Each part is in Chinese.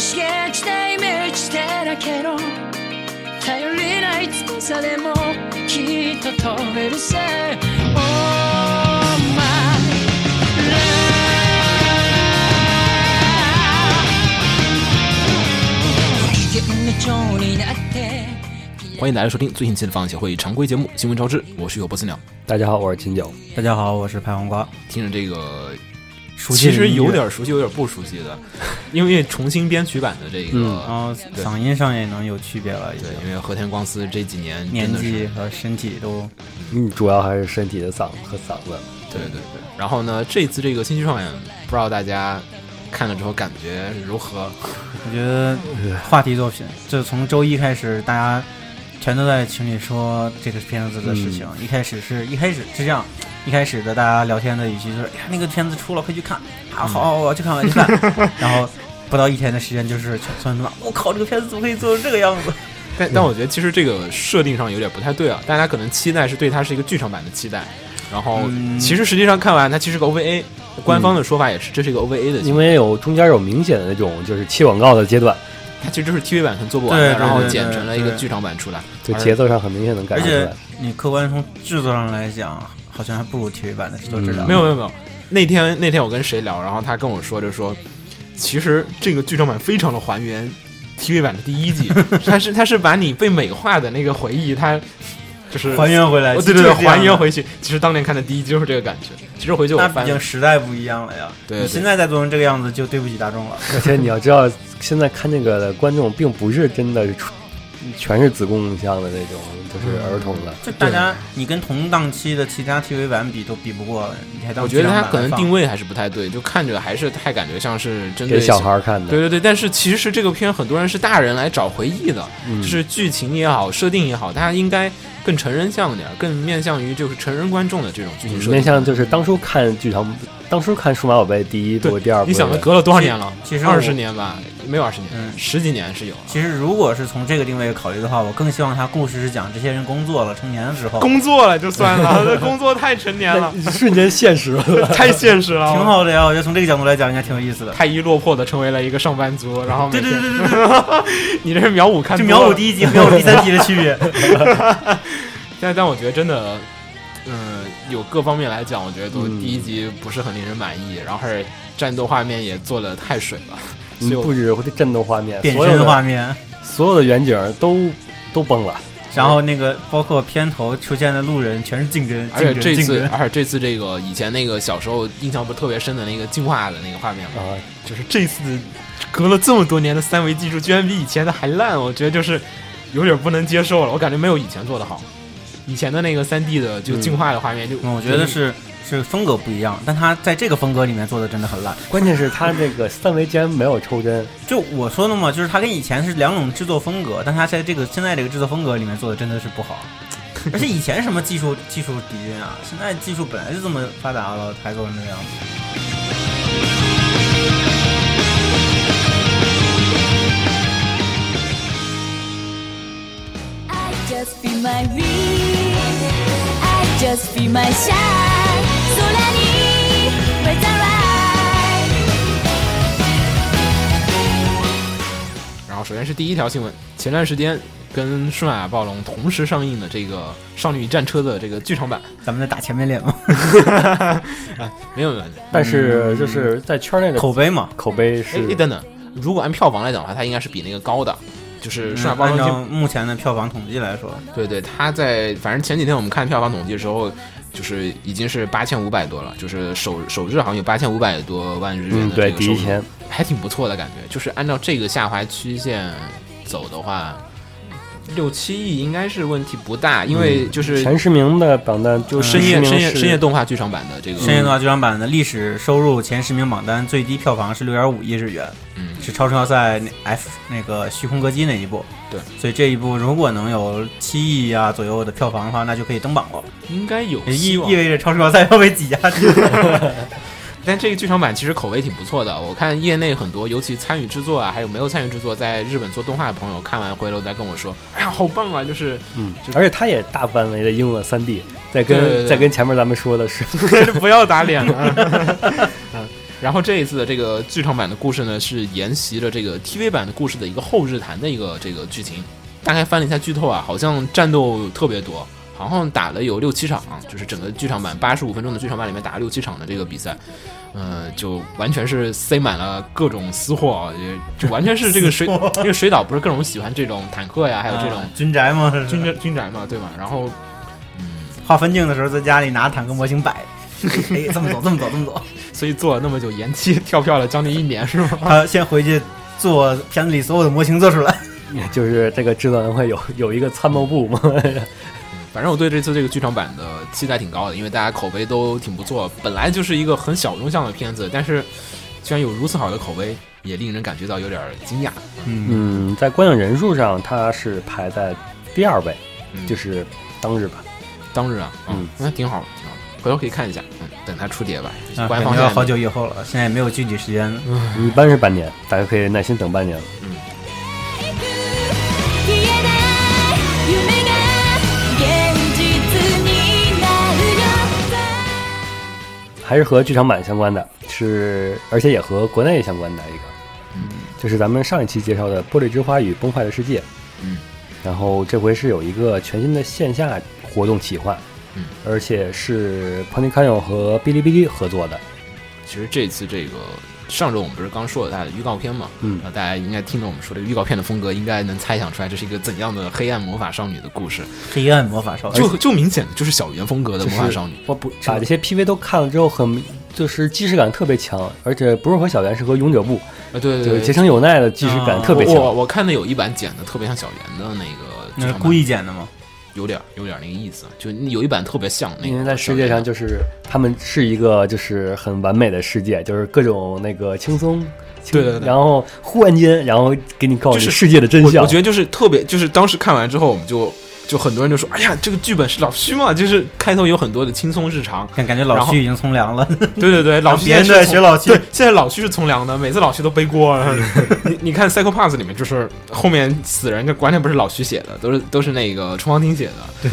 しが期待目打ちだらけの頼りない翼でもきっと飛べるさ Oh my love 機嫌な蝶になって欢迎大家收听最新期的放映协会常规节目《新闻超市》，我是有波斯鸟。大家好，我是秦九。大家好，我是拍黄瓜。听着这个，熟悉其的实音乐有，点熟悉，有点不熟悉的，因为重新编曲版的这然个，后嗯嗓音上也能有区别了，已经对，因为和田光司这几年真年的是纪和身体都嗯，主要还是身体的嗓和嗓子。对对对。然后呢，这次这个新剧上演，不知道大家看了之后感觉如何？我觉得话题作品，就从周一开始，大家全都在群里说这个片子的事情。嗯一开始是一开始是这样，一开始的大家聊天的语气就是：“哎呀，那个片子出了，快去看！”啊，嗯好，好我要去看，我要去 看。然后不到一天的时间，就是全村他妈，我哦靠，这个片子怎么可以做成这个样 子？但但我觉得其实这个设定上有点不太对啊，大家可能期待是对它是一个剧场版的期待，然后嗯其实实际上看完它其实是个 OVA，官方的说法也是这是一个 OVA 的形式，因为有中间有明显的那种就是切广告的阶段，它其实就是 TV 版可能做不完的，对对然后对对剪成了一个对剧场版出来，就而节奏上很明显能感而觉出且来。你客观从制作上来讲，好像还不如 TV 版的制作质量。嗯没有没有没有，那天那天我跟谁聊，然后他跟我说就说，其实这个剧场版非常的还原 TV 版的第一 季，它是它是把你被美化的那个回忆，它就是还。原回来，哦，对对对，就是这样还原回去。其实当年看的第一季就是这个感觉。其实回去我那翻毕，竟时代不一样了呀。对对你现在再做成这个样子，就对不起大众了。而且你要知道，现在看这个的观众并不是真的是出全是子宫像的那种，就是儿童的。就大家，你跟同档期的其他 TV 版比都比不过，你还当我觉得剧场它版可能来放定位还是不太对，就看着还是太感觉像是针对给小孩儿看的，对对对，但是其实这个片很多人是大人来找回忆的，嗯就是剧情也好，设定也好，它应该更成人向一点，更面向于就是成人观众的这种剧情设定。面向就是当初看剧场，当初看《数码宝贝》第一部、对第二部的，你想，它隔了多少年了？其实我二十年吧，没有二十年，嗯十几年是有了。其实如果是从这个定位考虑的话，我更希望他故事是讲这些人工作了、成年了之后，工作了就算了， 这工作太成年了，瞬间现实 了。太现实了，挺。好的呀。我觉得从这个角度来讲，应该挺有意思的。太一落魄的成为了一个上班族，然后对对对对对，对， 你这是秒五看就多秒了我第一集和秒我第三集的区 别。但但我觉得真的，嗯，有各方面来讲，我觉得都嗯第一集不是很令人满意，然后而且战斗画面也做的太水了，所以嗯，我不止会战斗画面，变所有身的画面，所有的远景儿都都崩了。然后那个包括片头出现的路人全是竞争，而且 竞争，这竞次争，。而且这次这个以前那个小时候印象不是特别深的那个进化的那个画面嘛，啊，就是这次隔了这么多年的三维技术，居然比以前的还烂，我觉得就是有点不能接受了，我感觉没有以前做的好。以前的那个三 D 的就嗯进化的画面就，嗯我觉得是是风格不一样，但他在这个风格里面做的真的很烂。关键是它这个三维竟然没有抽帧，就我说的嘛，就是它跟以前是两种制作风格，但它在这个现在这个制作风格里面做的真的是 不好。而且以前什么技术技术底蕴啊，现在技术本来就这么发达了，还做成这个样子。 I just feel my wings. I just feel my shine. 空に Raise a light. 然后首先是第一条新闻，前段时间跟《数码暴龙》同时上映的这个《少女战车》的这个剧 场版，啊咱们在打前 面脸嘛，没有没有，但是就是在圈内的口碑嘛。嗯口碑哎哎是等等，如果按票房来讲的话，它应该是比那个高的，就是《数码暴嗯按龙》照目前的票房统计来说，对对，它在反正前几天我们看票房统计的时候。就是已经是八千五百多了，就是首首日好像有八千五百多万日元嗯的对这个第收一入，天还挺不错的感觉。就是按照这个下滑曲线走的话，六七亿应该是问题不大，因为就是前十名的榜单就就是深夜10名深夜是深夜动画剧场版的这个，深夜动画剧场版的历史收入前十名榜单最低票房是六点五亿日元，嗯是超超赛那 F 那个虚空歌姬那一部。对，所以这一部如果能有七亿啊左右的票房的话，那就可以登榜了。应该有意希意望。味着超时要塞要被挤压进去。但这个剧场版其实口碑挺不错的，我看业内很多，尤其参与制作啊，还有没有参与制作，在日本做动画的朋友，看完回头再跟我说，哎呀，好棒啊！就是嗯，而且它也大范围的应用了三 D，在对对跟对 在跟前面咱们说的是，啊不要打脸了。嗯然后这一次的这个剧场版的故事呢，是沿袭着这个 TV 版的故事的一个后日谈的一个这个剧情。大概翻了一下剧透啊，好像战斗特别多，好像打了有六七场，就是整个剧场版八十五分钟的剧场版里面打了六七场的这个比赛，呃，就完全是塞满了各种私货啊，也就完全是这个水 这个水岛不是各种喜欢这种坦克呀，还有这种啊军宅嘛，是吧军宅军宅嘛，对吧？然后画分镜的时候，在家里拿坦克模型摆， 哎，这么走，这么走，这么走。所以做了那么久，延期跳票了将近一年，是吗？他先回去做片子里所有的模型做出来。 就是这个制作单位有有一个参谋部嘛，反正我对这次这个剧场版的期待挺高的，因为大家口碑都挺不错。本来就是一个很小众向的片子，但是居然有如此好的口碑，也令人感觉到有点惊讶。嗯， 嗯，在观影人数上它是排在第二位，嗯就是当日版。当日啊，嗯嗯，那、挺好的，挺好的，回头可以看一下。嗯，等它出碟吧，啊官方感现觉在啊要好久以后了，嗯现在也没有具体时间了。一般是半年，大家可以耐心等半年了。消えない夢が現実になるよ还是和剧场版相关的，是而且也和国内相关的一个，嗯，就是咱们上一期介绍的《玻璃之花与崩坏的世界》，嗯，然后这回是有一个全新的线下活动企划，嗯，而且是 Pony Canyon 和哔哩哔哩合作的，其实这次这个上周我们不是刚说了它的预告片嘛，嗯呃，大家应该听着我们说这个预告片的风格，应该能猜想出来这是一个怎样的黑暗魔法少女的故事，黑暗魔法少女，就就明显的就是小圆风格的哦就是魔法少女。我不把这些 PV 都看了之后很，就是即视感特别强，而且不是和小圆，是和勇者部，啊，对就对是结对，城友奈的即视感特别我强。我我看的有一版剪的特别像小圆的那个剧那场是版，故意剪的吗？有点儿有点儿那个意思，就有一版特别像那个。因为在世界上，，就是他们是一个就是很完美的世界，就是各种那个轻松，轻对对对然后忽然间，然后给你告诉你就是世界的真我相。我觉得就是特别，就是当时看完之后，我们就就很多人就说：“哎呀，这个剧本是老徐嘛？”就是开头有很多的轻松日常，感感觉然老后徐已经从良了， 对对对，老徐别人现在在是学从老徐对，现在老徐是从良的，每次老徐都背锅。 你你看《Psycho Pass》里面，就是后面死人，这完全不是老徐写的，都是都是那个冲方汀写的。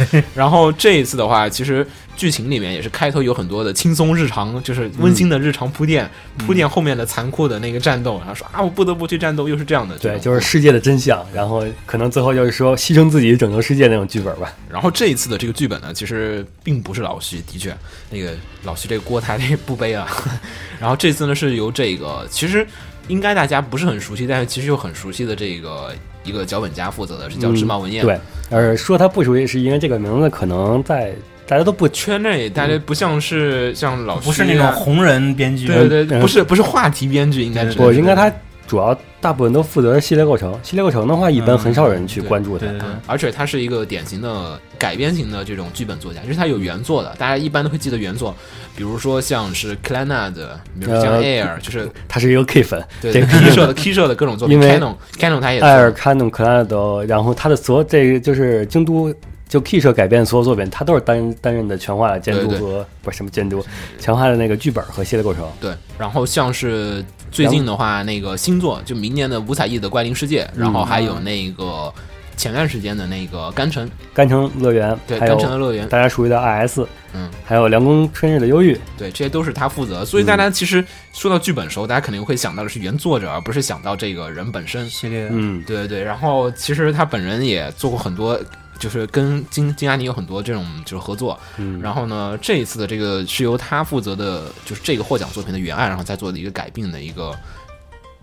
对。 然后这一次的话，其实剧情里面也是开头有很多的轻松日常，就是温馨的日常铺垫，铺垫后面的残酷的那个战斗，然后说啊，我不得不去战斗，又是这样的。对，就是。世界的真相，然后可能最后就是说牺牲自己拯救世界那种剧本吧。然后这一次的这个剧本呢，其实并不是老徐，的确，那个老徐这个锅他这不背啊。 然后这次呢是由这个，其实应该大家不是很熟悉，但是其实又很熟悉的这个一个脚本家负责的，是叫嗯芝麻文彦。，对，而说它不熟悉，是因为这个名字可能在大家都不圈内大家不像是像老徐不是那种啊红人编剧。对对对，嗯不是不是话题编剧，应该对只我是应该它主要大部分都负责系列构成，系列构成的话，一般很少人去对关注它对。对对，而且他是一个典型的改编型的这种剧本作家，就是他有原作的，大家一般都会记得原作，比如说像是 c l a n a 的，比如说像呃 Air，就是他是一个 K 粉，对这个 K 社的 K 社的各种作品因为，Canon Canon 他也做艾尔卡努克拉德，然后他的所有这个就是京都就 K 社改编的所有作品，他都是担担任的全画监督对对和不是什么监督，全画的那个剧本和系列构成。对，然后像是最近的话，那个星座就明年的五彩翼的怪灵世界，然嗯后还有那个前段时间的那个甘城，甘城乐园，对还甘城的有乐园，大家熟悉的 IS，嗯，还有凉宫春日的忧郁，对，这些都是他负责。所以嗯大家其实说到剧本的时候，大家肯定会想到的是原作者，而不是想到这个人本身。系列嗯，对对对，然后其实他本人也做过很多，就是跟金金阿尼有很多这种就是合作。嗯然后呢，这一次的这个是由他负责的，就是这个获奖作品的原案，然后再做的一个改并的一个，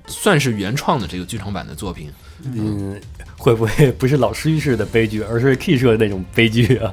算是原创的这个剧场版的作品。嗯，会不会不是老师式的悲剧，而是 K 社那种悲剧啊？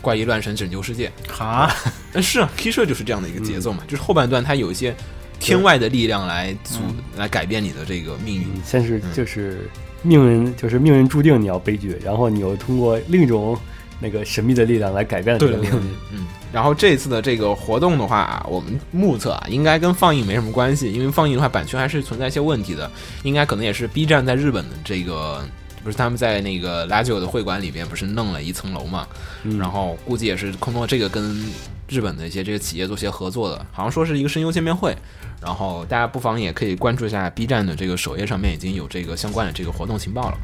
怪异乱神拯救世界，嗯哈，但是啊，K 社就是这样的一个节奏嘛，就是后半段它有一些天外的力量来阻、来改变你的这个命运。先是嗯就是命运，就是命运注定你要悲剧，然后你又通过另一种那个神秘的力量来改变了这个对命对运。嗯，然后这次的这个活动的话，我们目测啊，应该跟放映没什么关系，因为放映的话版权还是存在一些问题的，应该可能也是 B 站在日本的这个。 不是他们在那个拉旧的会馆里边，不是弄了一层楼嘛？嗯然后估计也是通过这个跟日本的一些这个企业做些合作的，好像说是一个声优见面会。然后大家不妨也可以关注一下 B 站的这个首页上面已经有这个相关的这个活动情报了。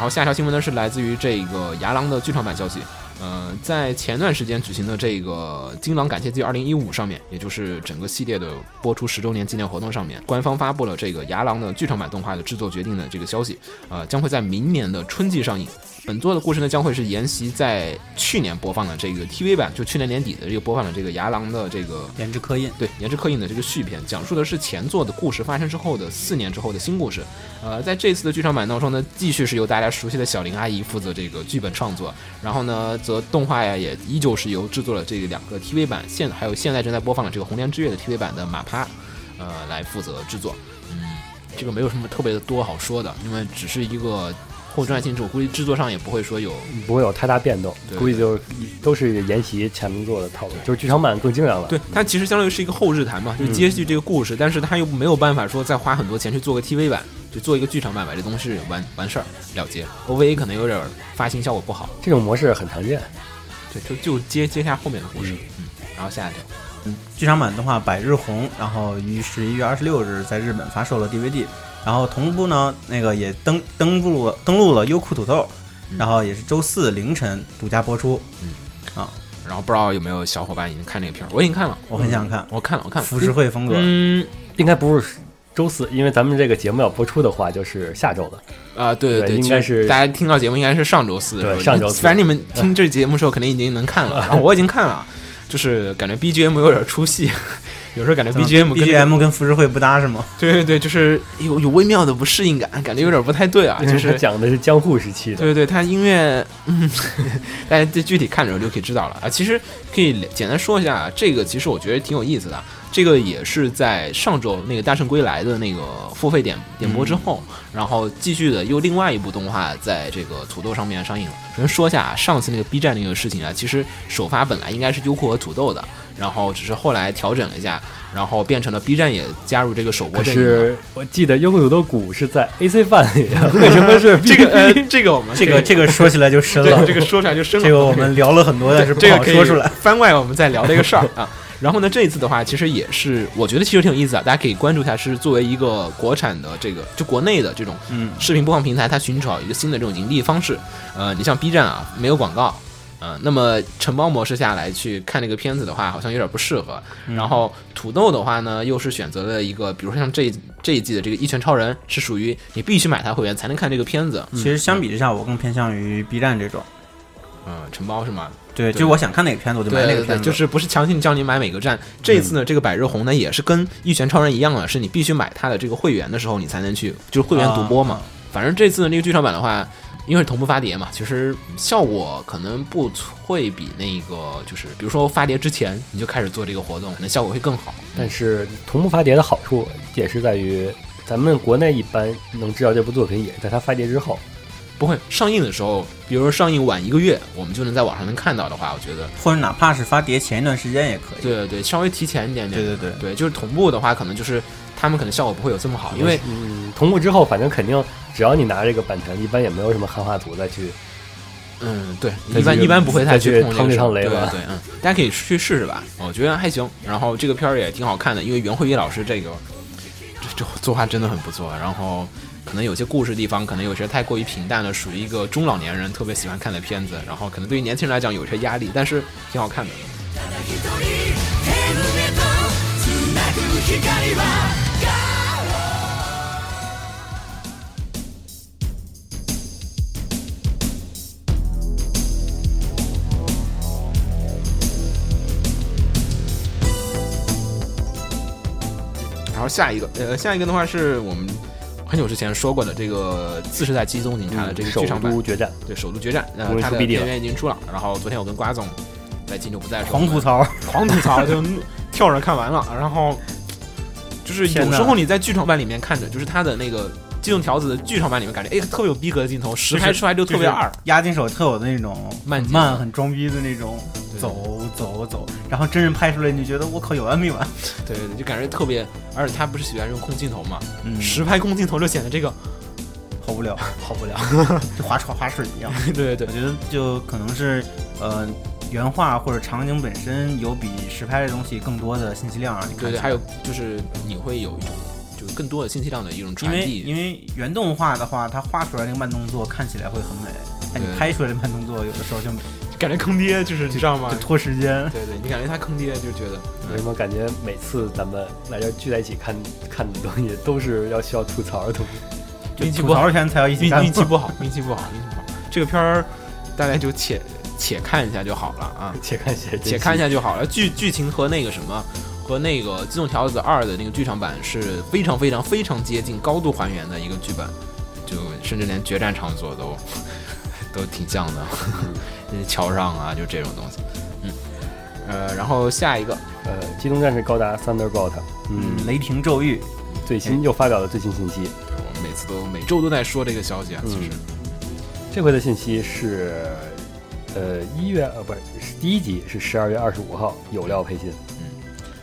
后下一条新闻呢是来自于这个牙狼的剧场版消息。呃，在前段时间举行的这个《金狼感谢祭2015》上面，也就是整个系列的播出十周年纪念活动上面，官方发布了这个《牙狼》的剧场版动画的制作决定的这个消息，呃，将会在明年的春季上映。本作的故事呢，将会是沿袭在去年播放的这个 TV 版，就去年年底的这个播放的这个《牙狼》的这个颜值刻印。对《颜值刻印》的这个续篇，讲述的是前作的故事发生之后的四年之后的新故事。呃，在这次的剧场版当中呢，继续是由大家熟悉的小林阿姨负责这个剧本创作，然后呢，则动画呀也依旧是由制作了这个两个 TV 版，现还有现在正在播放的这个《红莲之月》的 TV 版的马趴，呃，来负责制作。嗯这个没有什么特别的多好说的，因为只是一个后传性质，我估计制作上也不会说有不会有太大变动，对估计就是都是沿袭前面做的套路，就是剧场版更精良了。对，它其实相当于是一个后日谈嘛，就接续这个故事，嗯但是它又没有办法说再花很多钱去做个 TV 版，就做一个剧场版把这东西完完事儿了结。OVA 可能有点儿发行效果不好，这种模式很常见。对，就就接接下后面的故事，嗯，然后下一条，剧场版动画《百日红》，然后于十一月二十六日在日本发售了 DVD，然后同步呢，那个也登登录登录了优酷土豆，嗯然后也是周四凌晨独家播出。然后不知道有没有小伙伴已经看这个片儿，我已经看了，我很想看我看了，我看了，浮世绘风格，嗯应该不是周四，因为咱们这个节目要播出的话，就是下周了。啊、对对对，应其该实是大家听到节目应该是上周四的时候，对上周四反正你们听这节目的时候肯定已经能看 了，然啊后我已经看了，就是感觉 BGM 有点出戏， 有时候感觉 BGM 跟那个 BGM 跟浮世绘不搭是吗？对对对，就是有有微妙的不适应感，感觉有点不太对啊，因就为它是。讲的是江户时期的，对对，它音乐，嗯， 大家这具体看着就可以知道了啊。其实可以简单说一下，这个其实我觉得挺有意思的。这个也是在上周那个《大圣归来》的那个付费点点播之后，嗯然后继续的又另外一部动画在这个土豆上面上映了。首先说一下啊上次那个 B 站那个事情啊，其实首发本来应该是优酷和土豆的，然后只是后来调整了一下，然后变成了 B 站也加入这个首播可阵营了。是我记得优酷土豆谷是在 AC 范 里的，为什么是这个呃，这个我们这个这个说起来就深了，对这个说出来就深了。这个我们聊了很多，但是不这个好可以说出来。翻过来我们再聊这个事儿啊。 然后呢，这一次的话，其实也是我觉得其实挺有意思啊的，大家可以关注一下，是作为一个国产的这个就国内的这种嗯视频播放平台，它寻找一个新的这种盈利方式。呃，你像 B 站啊，没有广告。呃，那么承包模式下来去看这个片子的话，好像有点不适合。嗯然后土豆的话呢，又是选择了一个，比如说像这一这一季的这个《一拳超人》，是属于你必须买它会员才能看这个片子。其实相比之下，我更偏向于 B 站这种。嗯、承包是吗？对，对就我想看哪个片子，我就买对哪个对对，片子。就是不是强行叫你买每个站。嗯这次呢，这个百日红呢也是跟一拳超人一样啊，是你必须买它的这个会员的时候，你才能去，就是会员独播嘛啊。反正这次的那个剧场版的话，因为是同步发碟嘛，其实效果可能不会比那个就是，比如说发碟之前你就开始做这个活动，可能效果会更好。但是同步发碟的好处也是在于，咱们国内一般能知道这部作品，也是在它发碟之后。不会上映的时候，比如说上映晚一个月，我们就能在网上能看到的话，我觉得或者哪怕是发碟前一段时间也可以。对对对，稍微提前一点点。对对对对，就是同步的话，可能就是他们可能效果不会有这么好，因为嗯，同步之后，反正肯定只要你拿这个版权，一般也没有什么汉化组再去。嗯，对，再一般去一般不会太去碰再去趟这个这趟雷事儿吧对对，嗯，大家可以去试试吧，我觉得还行。然后这个片儿也挺好看的，因为袁慧仪老师这个这这作画真的很不错。然后可能有些故事地方，可能有些太过于平淡了，属于一个中老年人特别喜欢看的片子。然后可能对于年轻人来讲有些压力，但是挺好看的。然后下一个，呃，下一个的话是我们很久之前说过的这个《次世代机动警察》啊的这个首剧场版，都决战，对《嗯首都决战》，呃终，于它出的 BD 片了源已经出了。然后昨天我跟瓜总在金就不在的时候，狂吐槽，狂吐槽，就跳着看完了。然后就是有天哪时候你在剧场版里面看着，就是他的那个机动条子的剧场版里面感觉，哎，特别有逼格的镜头，实拍出来就特别二。，压金手特有的那种慢节奏慢很装逼的那种对走走走，然后真人拍出来，你就觉得我靠有完没完？对对对，就感觉特别，而且他不是喜欢用空镜头嘛，嗯，实拍空镜头就显得这个好无聊，好无 聊。就划船划水一样。对对我对觉得就可能是呃原画或者场景本身有比实拍的东西更多的信息量让你看对对，起来。还有就是你会有一种就就是更多的信息量的一种因传为递。因为原动画的话，它画出来那个慢动作看起来会很美，但你对拍出来的慢动作有的时候就感觉坑爹就是你知道吗就？拖时间。对对，你感觉他坑爹就觉得为什么感觉每次咱们来这儿聚在一起看看的东西，都是要需要吐槽的东西？运气吐不好槽，前才要一起运干。运气不好，运气不好，运气不好。这个片儿大家就且且看一下就好了啊。且看且且看一下就好了。剧剧情和那个什么，和那个《机动条子二》的那个剧场版是非常非常非常接近、高度还原的一个剧本，就甚至连决战场所都 都挺像的，桥上啊，就这种东西。嗯，呃，然后下一个，呃，机动战士高达 Thunderbolt，嗯，嗯，雷霆骤雨，最新又发表了最新信息。我们每次都每周都在说这个消息啊，其实、这回的信息是，呃，一月呃不是是第一集是十二月二十五号有料配信，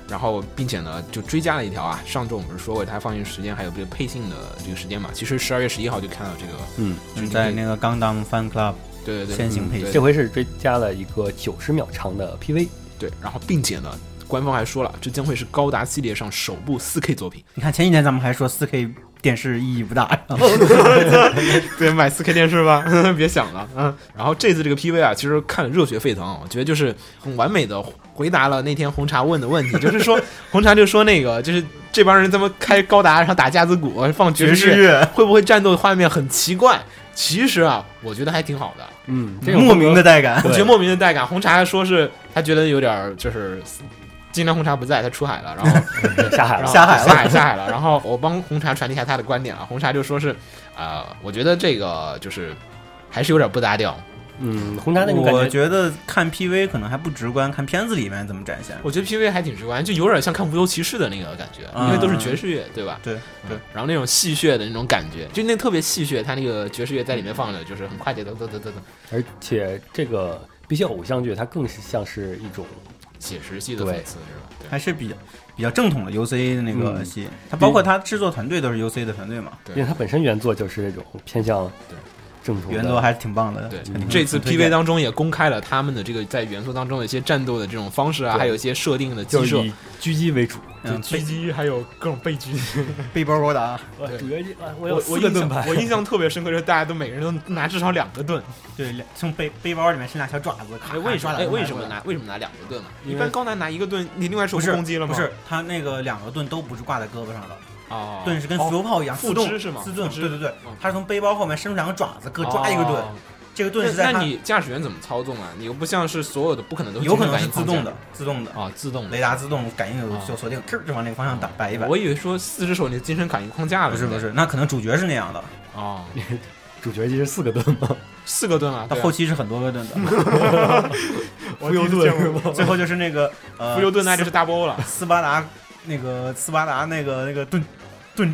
然后，并且呢，就追加了一条啊，上周我们不是说过它放映时间还有这个配信的这个时间嘛？其实十二月十一号就看到这个，嗯，就是在你可以那个《钢弹 Fan Club 对对对嗯先行配对信这回是追加了一个九十秒长的 PV，对，然后并且呢，官方还说了，这将会是高达系列上首部 4K 作品。你看前几年咱们还说 4K 电视意义不大， 然后对，买 4K 电视吧， 别想了。嗯，然后这次这个 PV 啊，其实看得热血沸腾，我觉得就是很完美的回答了那天红茶问的问题，就是 说红茶就说那个就是。这帮人他妈开高达，然后打架子鼓，放爵士爵 士乐会不会战斗画面很奇怪？其实啊，我觉得还挺好的。嗯，莫名的带感 我。觉对得莫名的带感。红茶还说是他觉得有点儿就是，今天红茶不在，他出海了，然后 下海然了后下海了下海，下海了。然后我帮红茶传递一下他的观点啊，红茶就说是，呃，我觉得这个就是还是有点不搭调。 嗯，红茶那种感我觉，觉得看 PV 可能还不直观，看片子里面怎么展现。我觉得 PV 还挺直观，就有点像看《无忧骑士》的那个感觉，嗯因为都是爵士乐，对吧？对对嗯，然后那种戏谑的那种感觉，就那特别戏谑，他那个爵士乐在里面放着，就是很快节奏，噔噔噔噔，而且这个比起偶像剧，它更像是一种写实系的对讽刺是吧？对还是比较比较正统的 UC 的那个嗯戏，它包括它制作团队都是 UC 的团队嘛，对因为它本身原作就是那种偏向对正统的，原作还是挺棒的。对嗯还挺，这次推荐 PV 当中也公开了他们的这个在元素当中的一些战斗的这种方式啊，对还有一些设定的就机是设，以狙击为主，嗯狙击还有各种被狙。背包高达，对主角就啊 我我有我四个印象盾牌，我印象特别深刻，就是大家都每个人都拿至少两个盾。对，两从背背包里面伸俩小爪子，咔哎，为 什么？抓哎，两个为人什么过来拿？为什么拿两个盾呢？因一为般高男拿一个盾，你另外手不是攻击了吗？不是，他那个两个盾都不是挂在胳膊上的，哦，盾是跟哦浮游炮一样附自动肢是吗自动，附肢对对对嗯，他是从背包后面伸出两个爪子，各抓一个盾哦，这个盾是那在那它你驾驶员怎么操纵啊？你又不像是所有的，不可能都有可能精是自神反应动框的，自动的架，啊，自动的雷。达自动感应有哦就锁定，嗑就往那个方向打摆一摆我。以为说四只手你的精神感应框架了，不是不对是，那可能主角是那样的，哦，主角就是四个盾 嘛，四个盾啊，到对啊后期是很多 个盾的，浮游盾是吗？最后就是那个呃浮游盾那就是大波了。斯巴达那个斯巴达那个那个盾 盾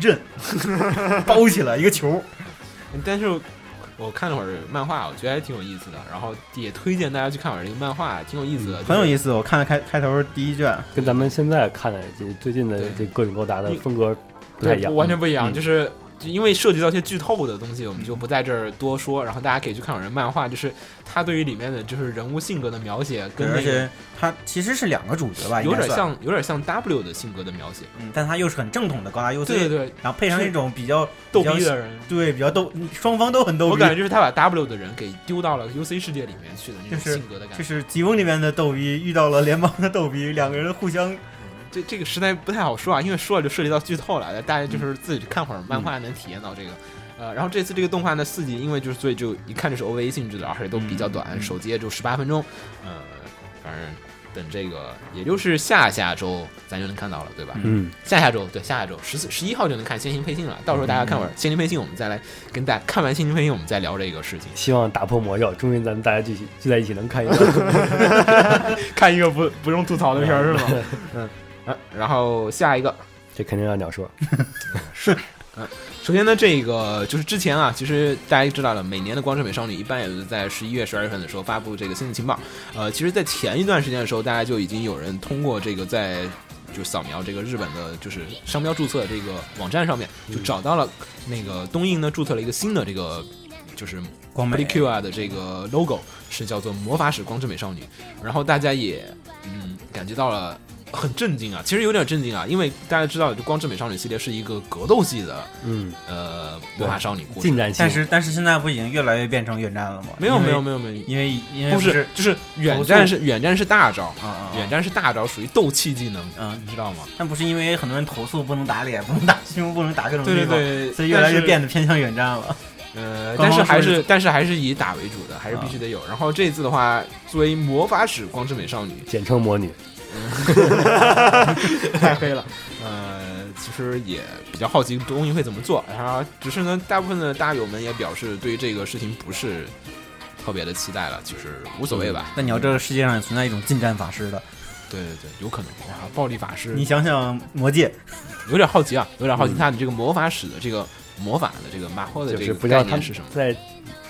阵包起来一个球， 但是我看了会儿漫画，我觉得还挺有意思的，然后也推荐大家去看会儿这个漫画，挺有意思的，嗯很有思。意思。我看了开开头第一卷，跟咱们现在看的这最近的这各种高达的风格不太一对，样，完全不一样，嗯就是。就因为涉及到一些剧透的东西，我们就不在这儿多说。然后大家可以去看会儿漫画，就是他对于里面的就是人物性格的描写，跟而那个且它其实是两个主角吧，有应该点算，像，有点像 W 的性格的描写。嗯，但它又是很正统的高达 UC，对对对，然后配上是那种比较逗比较逼的人，对比较逗，双方都很逗我逼感觉，就是他把 W 的人给丢到了 UC 世界里面去的那种就是性格的感觉。就是吉翁那边的逗逼遇到了联邦的逗逼，两个人互相这这个实在不太好说啊，因为说了就涉及到剧透了，大家就是自己去看会儿漫画能体验到这个。呃，然后这次这个动画呢四集，因为就是所以就一看就是 OVA 性质的，而且都比较短，嗯首集也就十八分钟。嗯、反正等这个也就是下下周咱就能看到了，对吧？嗯，下下周对下下周十四十一号就能看《仙行配信》了，到时候大家看会儿《仙行配信》，我们再来跟大家看完《仙行配信》，我们再聊这个事情。希望打破魔咒，终于咱们大家聚起聚在一起能看一 个，看一个不不用吐槽的片儿是吗？ 嗯、啊，然后下一个这肯定让鸟说，首先呢，这个就是之前啊，其实大家也知道了，每年的《光之美少女》一般也是在十一月、十二月份的时候发布这个新的情报。呃，其实，在前一段时间的时候，大家就已经有人通过这个在就扫描这个日本的，就是商标注册这个网站上面，就找到了那个东映呢注册了一个新的这个就是光 p r 嗯美 i c u a 的这个 logo 是叫做魔法使光之美少女，然后大家也嗯感觉到了很震惊啊，其实有点震惊啊，因为大家知道，就《光之美少女》系列是一个格斗系的，嗯，呃，魔法少女故进事。展性，但是但是现在不已经越来越变成远战了吗？没有因为没有没有没有，因为因为不是是，就是远战是远战是大招，啊啊，远战是大招，属于斗气技能，嗯你知道吗？但不是因为很多人投诉不能打脸，不能打胸，不能打各种对地对方，对，所以越来越但是变得偏向远战了。呃，官但方是还说是啊但是还是以打为主的，还是必须得有。然后这一次的话，作为魔法使光之美少女，简称魔女，太黑了。呃，其实也比较好奇东西会怎么做，然后只是呢，大部分的大友们也表示对于这个事情不是特别的期待了，其实无所谓吧。但你要这个世界上也存在一种近战法师的，嗯对对对，有可能哇，暴力法师你，想想魔戒，有点好奇啊，有点好奇他的这个魔法使的这个魔法的这个马后的嗯就这是个不知道概他念们是什么。在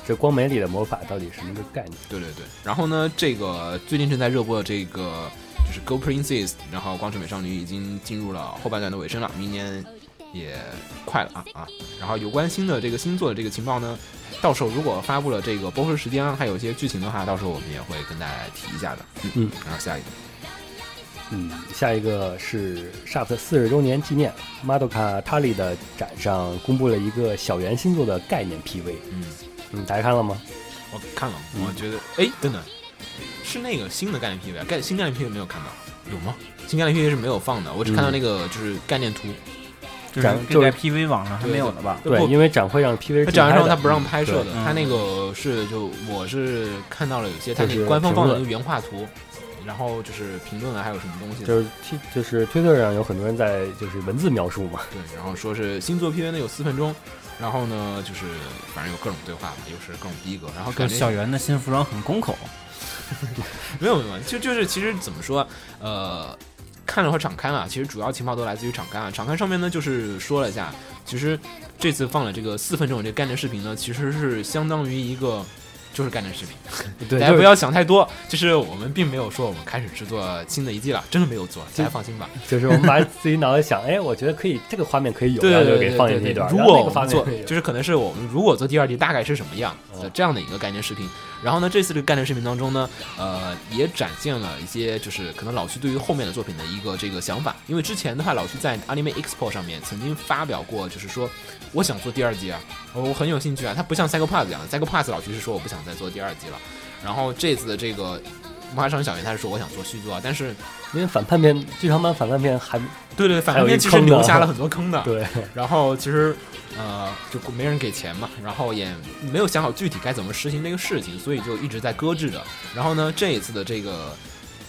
这光美里的魔法到底什么个概念。对对对，然后呢，这个最近正在热播的这个就是《Go Princess》，然后《光之美少女》已经进入了呃后半段的尾声了，明年也快了啊啊！然后有关新的这个星座的这个情报呢，到时候如果发布了这个播出时间啊，还有一些剧情的话，到时候我们也会跟大家提一下的。嗯，然后下一个，嗯，下一个是 Shaft 四十周年纪念 Madoka Tali 的展上公布了一个小圆星座的概念 PV，嗯，嗯，大家看了吗？我看了，嗯我觉得，哎，等等，是那个新的概念 PV，啊概新概念 PV 没有看到，有吗？新概念 PV 是没有放的，我只看嗯到那个就是概念图，就是展这在就 PV 网上还没有呢吧？对，呃不因为展会上 PV 他展完之后他他不让拍摄的，嗯他那个是就我是看到了有些他那就个是官方放的评论那个原画图，然后就是评论了还有什么东西，就是 T 就是推特上有很多人在就是文字描述嘛，对，然后说是新作 PV 呢有四分钟，然后呢就是反正有各种对话嘛，又是各种逼格，然后就感是觉小圆的新服装很攻口，没有没有，就就是其实怎么说，呃，看了会场刊啊，其实主要情报都来自于场刊啊。场刊上面呢，就是说了一下，其实这次放了这个四分钟的这个概念视频呢，其实是相当于一个就是概念视频。对，大家 就不是要想太多，就是我们并没有说我们开始制作新的一季了，真的没有做，大家放心吧。就是我们把自己脑袋想，哎，我觉得可以，这个画面可以有，对然对后对对就给对放进对去一段，如然后果那个我画们面做可以有，就是可能是我们如果做第二季大概是什么样的嗯这样的一个概念视频。然后呢，这次这个概念视频当中呢，呃，也展现了一些就是可能老徐对于后面的作品的一个这个想法，因为之前的话，老徐在 Anime Expo 上面曾经发表过，就是说我想做第二季啊，我我很有兴趣啊。他不像 Psycho Pass 一样，Psycho Pass 老徐是说我不想再做第二季了。然后这次的这个魔法少女小圆，他是说我想做续作啊，但是因为反叛片剧场版反叛片还对对，反还有正面一其实坑留呢下了很多坑 的。对，然后其实呃，就没人给钱嘛，然后也没有想好具体该怎么实行这个事情，所以就一直在搁置着。然后呢，这一次的这个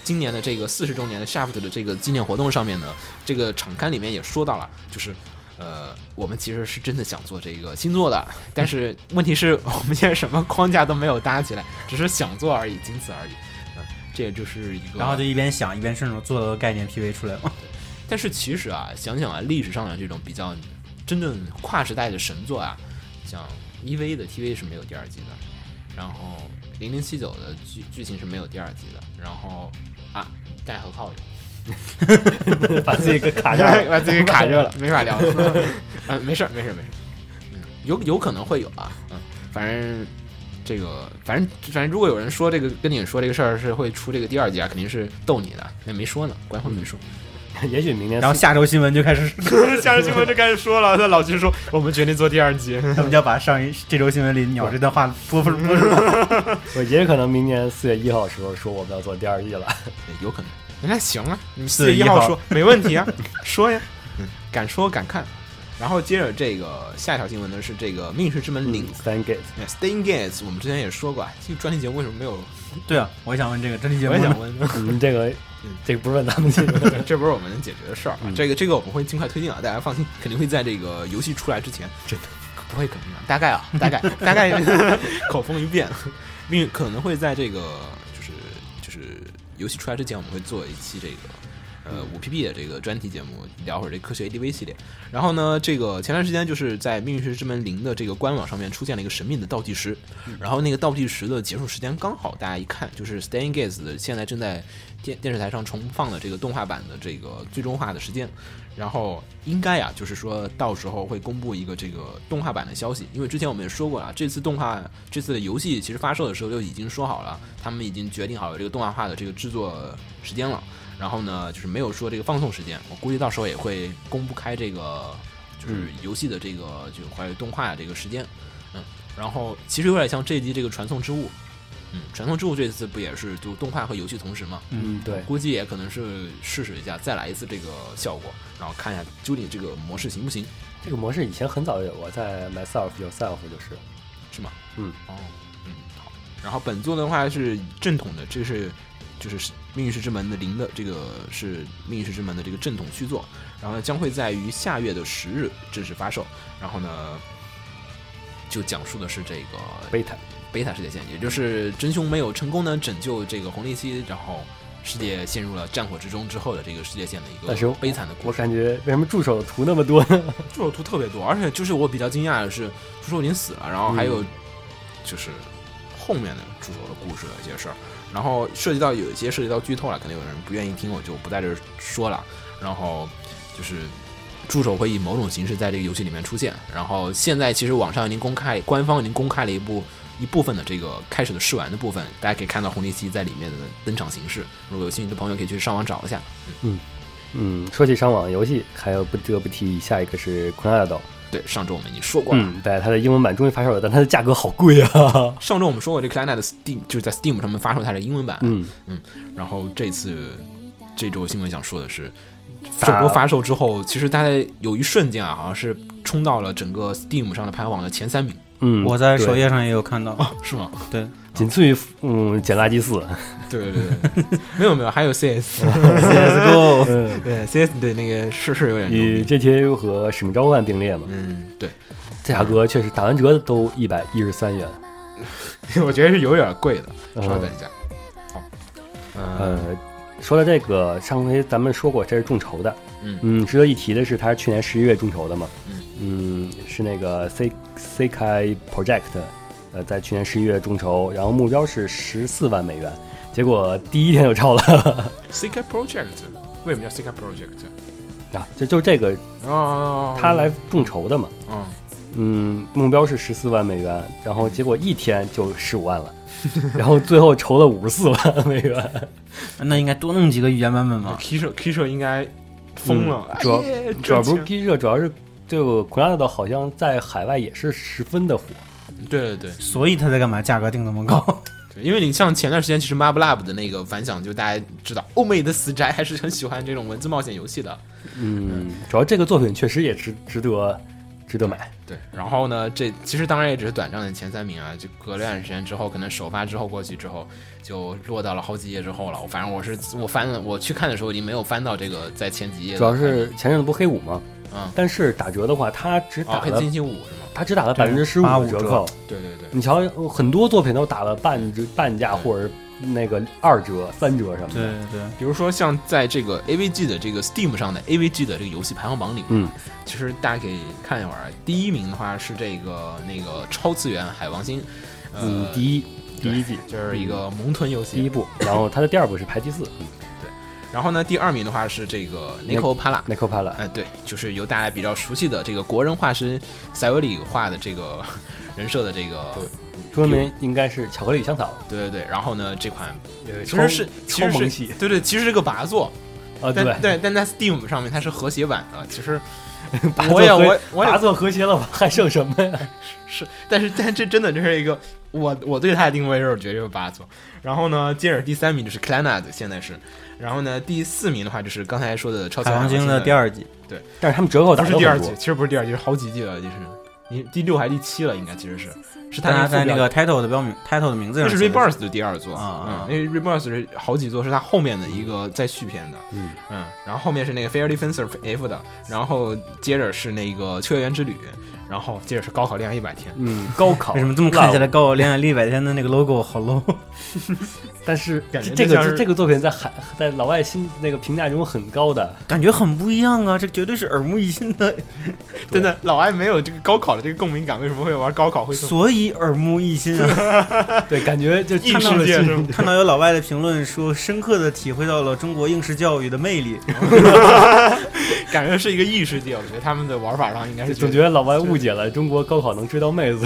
今年的这个四十周年的 Shaft 的这个纪念活动上面呢，这个场刊里面也说到了，就是。呃，我们其实是真的想做这个星座的，但是问题是我们现在什么框架都没有搭起来，只是想做而已，仅此而已。嗯、这也就是一个。然后就一边想一边顺手做了个概念 PV 出来嘛。但是其实啊，想想啊，历史上的这种比较真正跨时代的神作啊，像 EV 的 TV 是没有第二季的，然后零零七九的剧剧情是没有第二季的，然后啊，盖和靠着，把自己给卡这儿了， 把自己卡热了，没法聊了。嗯，没事儿，没事儿，没事儿。嗯，有有可能会有啊，嗯，反正这个，反正反正，如果有人说这个跟你说这个事儿是会出这个第二季啊，肯定是逗你的，那没说呢，官方没说。也许明年然后下周新闻就开始， 下周新闻就开始说了，那老徐说我们决定做第二季。 他们就要把上一这周新闻里鸟这段话播播播出来。我也可能明年四月一号的时候说我们要做第二季了，有可能。那行啊，你4四月月一一号嗯号说没问 题啊，说呀，敢说敢看。然后接着这个下一条新闻呢是这个《命运之门嗯零》三 gate。那 Stain Gates，我们之前也说过啊，这个专题节目为什么没有？对啊，我也想问这个真理节我目也呢想问， 嗯，这个这个不是问咱们这个， 这不是我们能解决的事儿啊，这个这个我们会尽快推进啊，大家放心，肯定会在这个游戏出来之前，真的不会肯定啊，大概啊，大概 大概口风一变，命可能会在这个就是就是游戏出来之前，我们会做一期这个。呃，五 PP 的这个专题节目聊会儿这科学 ADV 系列，然后呢，这个前段时间就是在《命运石之门零》的这个官网上面出现了一个神秘的倒计时，然后那个倒计时的结束时间刚好，大家一看就是 Stan Gates 的现在正在电电视台上重放的这个动画版的这个最终化的时间，然后应该啊，就是说到时候会公布一个这个动画版的消息，因为之前我们也说过啊了，这次动画这次的游戏其实发售的时候就已经说好了，他们已经决定好了这个动画化的这个制作时间了。然后呢，就是没有说这个放送时间，我估计到时候也会公布开这个就是游戏的这个就关于动画这个时间，嗯，然后其实有点像这一季这个传送之物，嗯，传送之物这次不也是就动画和游戏同时嘛，嗯，对，估计也可能是试试一下，再来一次这个效果，然后看一下究竟这个模式行不行，这个模式以前很早就有过，在 Myself Yourself 就是，是吗？嗯，哦，嗯，好。然后本作的话是正统的，这是就是命运石之门的零的，这个是命运石之门的这个正统续作，然后呢将会在于下月的十日正式发售。然后呢，就讲述的是这个贝塔，贝塔世界线，也就是真凶没有成功呢拯救这个红利期，然后世界陷入了战火之中之后的这个世界线的一但是个悲惨的故我事。感觉为什么助手图那么多呢？助手图特别多，而且就是我比较惊讶的是，助手已经死了，然后还有就是后面的助手的故事的一些事儿，然后涉及到有一些涉及到剧透了，可能有人不愿意听，我就不在这儿说了。然后就是助手会以某种形式在这个游戏里面出现，然后现在其实网上已经公开，官方已经公开了一部。一部分的这个开始的试玩的部分，大家可以看到红利期在里面的登场形式。如果有兴趣的朋友，可以去上网找一下。嗯， 说起上网游戏，还有不得不提下一个是 Cronado，对，上周我们已经说过了。嗯，对，它的英文版终于发售了，但它的价格好贵啊。上周我们说过，这 Clanet Steam 就是在 Steam 上面发售它的英文版， 嗯，然后这次这周新闻想说的是，打上周发售之后，其实大概有一瞬间啊，好像是冲到了整个 Steam 上的排行榜的前三名，嗯，我在对首页上也有看到，是吗？ 对，仅次于嗯捡垃圾四， 对对对对， 没有没有，还有 CS， CSGO 嗯，对 CS 对那个是是有点牛逼，以 GTA 和使命召唤并列嘛，嗯，对， 价格确实打完折都一百一十三元。我觉得是有点贵的，稍等嗯一下，好，嗯呃，说到这个，上回咱们说过这是众筹的，嗯值得一提的是，它是去年十一月众筹的嘛，嗯是那个 C C K Project，呃，在去年十一月众筹，然后目标是十四万美元，结果第一天就超了， ，CK Project 为什么叫 CK Project？啊，就就这个哦，他来众筹的嘛，嗯，嗯，目标是十四万美元，然后结果一天就十五 万了，然后最后筹了五十四万美元，那应该多弄几个语言版本吧。 K 社 K 社应该疯了，哎主要耶主要不是挣钱 P 社，主要是这个 c r a d o 好像在海外也是十分的火，对对对。所以他在干嘛？价格定那么高？对，因为你像前段时间，其实 Map Lab 的那个反响，就大家知道，欧美的死宅还是很喜欢这种文字冒险游戏的。嗯，主要这个作品确实也值值得值得买，对，然后呢，这其实当然也只是短暂的前三名啊，就隔了一段时间之后，可能首发之后过去之后，就落到了好几页之后了。反正我是我翻了，我去看的时候已经没有翻到这个在前几页了。主要是前阵子不黑五嘛，嗯但是打折的话，它只哦，打黑了、金星五是吗？它只打了百分之十五85的折扣，对对对，你瞧呃很多作品都打了半折半价对或者那个二折三折什么 对的，对，比如说像在这个 AVG 的这个 Steam 上的 AVG 的这个游戏排行榜里面，嗯，其实大家可以看一会儿，第一名的话是这个那个超次元海王星，呃，嗯，第一对第一季就是一个萌豚游第一戏。部，然后它的第二部是排第四，嗯然后呢，第二名的话是这个 Nico Pala， n i c o p a l a 哎，对，就是由大家比较熟悉的这个国人画师塞维里画的这个人设的这个，嗯中文名应该是巧克力与香草，对对对。然后呢，这款呃其超实是其超萌实是系对对，其实是个拔座，啊，但对，对，但在 Steam 上面它是和谐版的，其实 拔我座也和我我也八座和谐了吧，还剩什么呀？是，但是但这真的就是一个我我对它的定位是我觉得就是八座。然后呢，接着第三名就是 Clannad，现在是。然后呢，第四名的话就是刚才说的超级海王星的的第二季， 但是他们折扣打不的是第二季，其实不是第二季，是好几季了，就是你第六还是第七了，应该其实是是大那家个在副那标个 title 的标名 title 的名字那上是写的 Rebirth 的第二座啊啊嗯，因为 Rebirth 是好几座是他后面的一个再续篇的，嗯嗯，然后后面是那个 Fair Defense of F 的，然后接着是那个秋叶原之旅，然后接着是高考恋爱一百天，嗯，高考为什么这么看起来高我恋爱一百天的那个 logo 好 low？但是感觉这就像是个这个作品在海在老外心那个评价中很高 的， 感觉很不一样啊！这绝对是耳目一新的，真的老爱没有这个高考的这个共鸣感，为什么会玩高考会所以耳目一新啊！ 对，感觉就 异看到世了界新是吗？看到有老外的评论说，深刻的体会到了中国应试教育的魅力。 感觉是一个异世界，我觉得他们的玩 法上应该是总觉得老外误解了中国高考能追到妹子，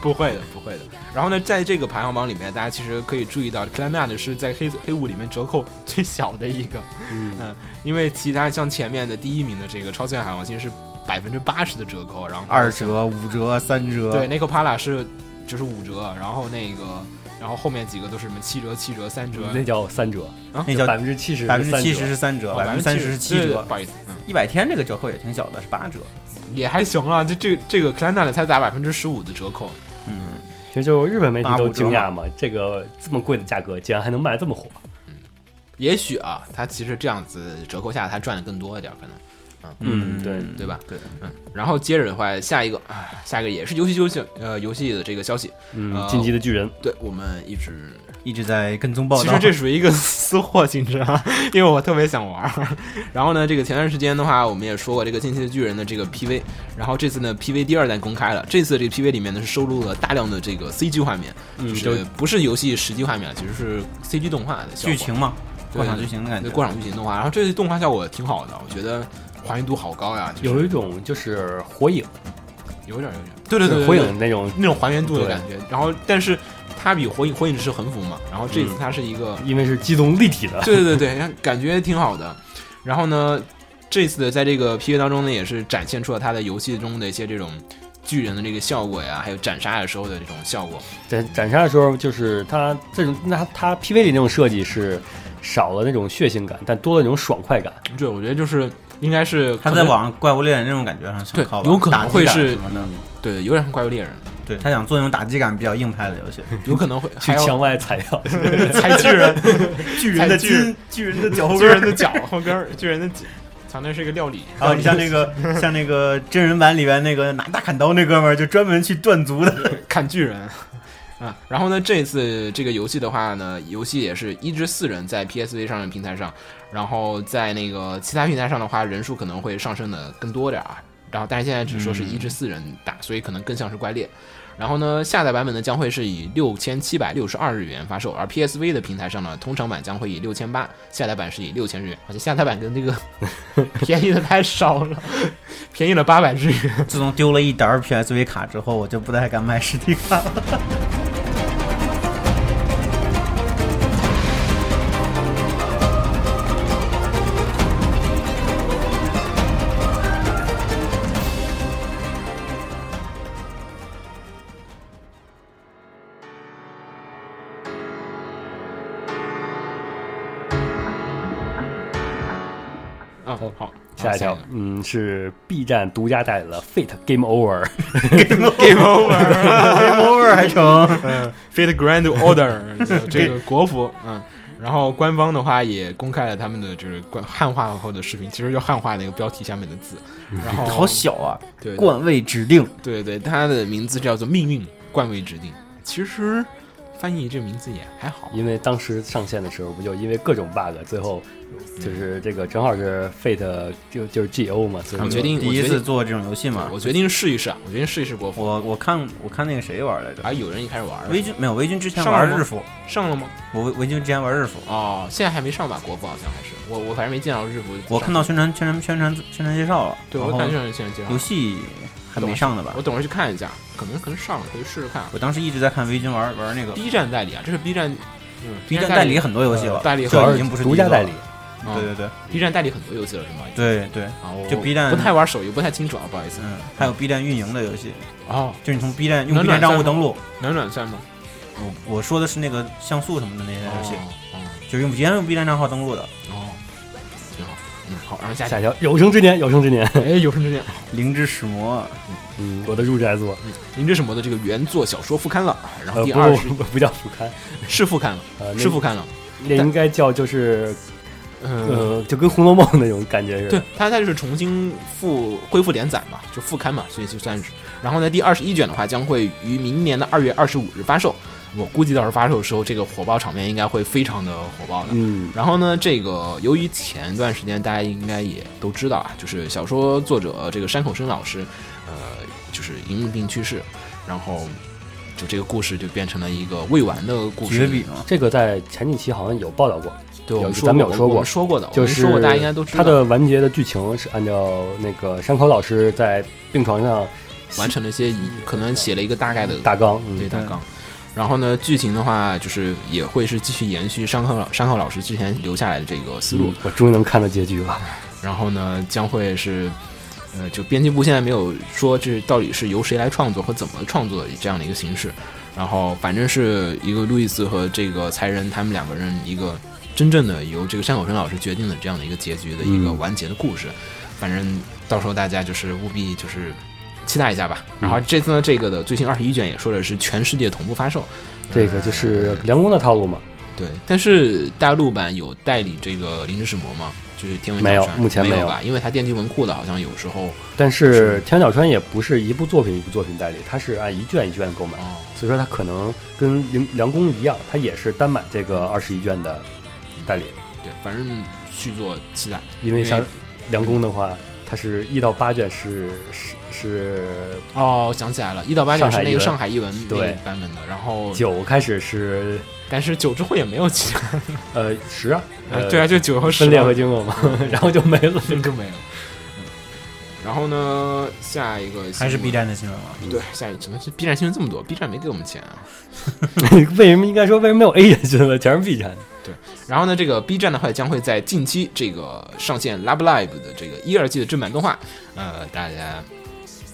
不会的，不会的。然后呢，在这个排行榜里面，大家其实可以注意到 c l i m a t 是在黑黑五里面折扣最小的一个， 嗯因为其他像前面的第一名的这个超自然海王星是百分之八十的折扣，然后二折、五折、三折，对 n i c o p a l a 是就是五折，然后那个然后后面几个都是什么七折、七折、三折， 嗯那叫三折，那叫百分之七十，百分之七十是三折，哦百分之三十是七对对对折不。好意思，嗯，一百天这个折扣也挺小的，是八折。也还行啊，这这这个 c l i m a t 才打百分之十五的折扣，嗯，其实就日本媒体八五都折惊讶嘛，这个这么贵的价格，竟然还能卖这么火。也许啊，他其实这样子折扣下他赚的更多一点，可能。嗯对对吧？对，嗯，然后接着的话，下一个，啊，下一个也是游戏游戏呃游戏的这个消息，嗯，呃进击的巨人，对我们一直一直在跟踪报其道。实这属于一个私货性质啊， 因为我特别想玩儿。然后呢，这个前段时间的话，我们也说过这个《进击的巨人》的这个 PV，然后这次呢 PV 第二弹公开了。这次这个 PV 里面呢是收录了大量的这个 CG 画面，就是不是游戏实际画面了，其实是 CG 动画的效果剧情嘛，对过场剧情的感觉对。过场剧情动画。然后这次动画效果挺好的，我觉得还原度好高呀，就是有一种就是火影，有点儿有点儿，对对火影那种，那种还原度的感觉。然后，但是它比火影火影是横幅嘛，然后这次它是一个，因为是机动立体的，对对对对，让感觉挺好的。然后呢，这次的在这个 PV 当中呢，也是展现出了它的游戏中的一些这种巨人的这个效果呀，还有斩杀的时候的这种效果。展斩杀的时候，就是它这种，那它 PV 里那种设计是少了那种血腥感，但多了那种爽快感。对，我觉得就是应该是他可在能往怪物猎人那种感觉上想靠吧，对有可能打击会感是什么的。对，有点像怪物猎人，对他想做那种打击感比较硬派的游戏，有可能会去还要墙外采药， 踩巨人，巨人的筋，巨人的脚巨人的脚后跟儿，巨人的脚，藏那是一个料理。 然啊后你像那个像那个真人版里边那个拿大砍刀那哥们儿，就专门去断足的。看巨人。 啊，然后呢，这次这个游戏的话呢，游戏也是一至四人在 PSV 上的平台上，然后在那个其他平台上的话，人数可能会上升的更多点儿啊。然后，但是现在只说是一至四人打，所以可能更像是怪猎。然后呢，下载版本呢将会是以六千七百六十二日元发售，而 PSV 的平台上呢，通常版将会以六千八，下载版是以六千日元，而且下载版跟这个便宜的太少了，便宜了八百日元。自从丢了一沓 PSV 卡之后，我就不太敢买实 体卡了。啊，好，下一条个，嗯，是 B 站独家带来的 Fate Game Over， Game over。 over 还成， Fit Grand Order 这个国服，嗯，然后官方的话也公开了他们的就是官汉化后的视频，其实就汉化那个标题下面的字，然后嗯好小啊！对冠位指定，对对，它的名字叫做命运冠位指定，其实翻译这名字也还好，因为当时上线的时候不就因为各种 bug，最后就是这个正好是 Fate 就就是 GO 嘛，所以我说决定第一我决次定做这种游戏嘛。我决定试一试啊，我决定试一试国服，我我看我看那个谁玩来着？啊，有人也开始玩了维，军没有维军之前上了玩吗日服，上了吗？我维维军之前玩日服，哦，现在还没上吧？国服好像还是我我反正没见到日服上，我看到宣传宣传宣传宣传介绍了，对然我后感觉现在介绍游戏还没上呢吧我？等会儿去看一下，可能可能上了，可以试试看啊。我当时一直在看维军玩玩那个 B 站代理啊，这是 B 站，嗯 B 站代理很多游戏了，代理这主要已经不是独家第一个代了理，啊对对对 B 站代理很多游戏了是吗？对对，啊，我就 B 站不太玩手游，不太清楚啊，不好意思。嗯，还有 B 站运营的游戏，哦，就是你从 B 站用暖 B 暖站账户三登录。暖暖算吗？我我说的是那个像素什么的那些游戏，哦就是用直接用 B 站账号登录的。哦，挺好，嗯好，然后下下一条有生之年，有生之年，哎，有生之年，灵之使魔，嗯，我的入职 S 作， 您这什么的这个原作小说复刊了，然呃，后第不二是是不不叫俯瞰，是复刊了，呃，那是复刊了，那应该叫就是嗯。呃，就跟《红楼梦》那种感觉似对的。，它它就是重新复恢复连载嘛，就复刊嘛，所以就算是。然后呢，第二十一卷的话将会于明年的二月二十五日发售。我估计到时候发售的时候，这个火爆场面应该会非常的火爆的。嗯，然后呢，这个由于前段时间大家应该也都知道啊，就是小说作者这个山口生老师，呃，就是因病去世，然后就这个故事就变成了一个未完的故事。绝笔嘛，这个在前几期好像有报道过，对，我们有说咱们过我有说过我们说过的，就我们是说过，大家应该都知它道。的完结的剧情是按照那个山口老师在病床上完成了一些可能写了一个大概的大纲，嗯对大纲。然后呢，剧情的话就是也会是继续延续山口老山口老师之前留下来的这个思路，嗯我终于能看到结局了。然后呢，将会是，呃，就编辑部现在没有说这到底是由谁来创作和怎么创作这样的一个形式。然后反正是一个路易斯和这个才人他们两个人一个真正的由这个山口胜老师决定的这样的一个结局的一个嗯完结的故事。反正到时候大家就是务必就是期待一下吧。嗯然后这次呢，这个的最新二十一卷也说的是全世界同步发售，呃这个就是梁工的套路嘛，对，但是大陆版有代理这个灵之使魔吗？就是天文没有小船目前没没有吧？因为它电击文库的，好像有时候但是田小川也不是一部作品一部作品代理，他是按一卷一卷购买，哦，所以说他可能跟梁梁工一样，他也是单买这个二十一卷的代理，对，反正续作期待。因为像对梁工的话，他是一到八卷是是是哦，想起来了，一到八九是那个上海译文那个对版本的，然后九开始是但是九之后也没有其他，呃十啊，呃对啊，嗯就九和十分裂和经过嘛， 然后就没了。 就没有。嗯然后呢，下一个还新是闻 B 站的新闻吗？对，下一个怎么是 B 站新闻这么多？B 站没给我们钱啊。 为什么应该说为什么没有 A 站新闻，全是 B 站？然后呢，这个 B 站的话将会在近期这个上线《Love Live》的这个一二季的正版动画，呃，大家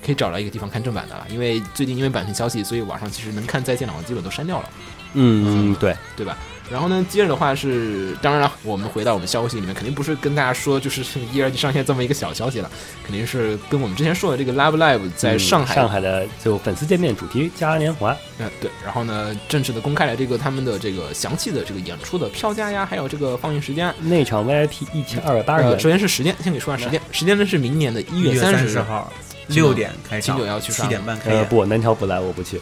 可以找到一个地方看正版的了。因为最近因为版权消息，所以网上其实能看在线档的基本都删掉了，嗯，对，对吧？然后呢，接着的话是，当然了，我们回到我们消息里面，肯定不是跟大家说就是一二季上线这么一个小消息了，肯定是跟我们之前说的这个《Love Live》在嗯上海、上海的就粉丝见面主题嘉年华，呃，对，然后呢，正式的公开了这个他们的这个详细的这个演出的票价呀，还有这个放映时间啊那场 VIP 一千二百八十呃，首元，先是时间，先给说下时间。时间呢是明年的一1月月三三十十号。号六点开请场九幺，去上七点半开呃，啊演。不，南桥不来，我不去。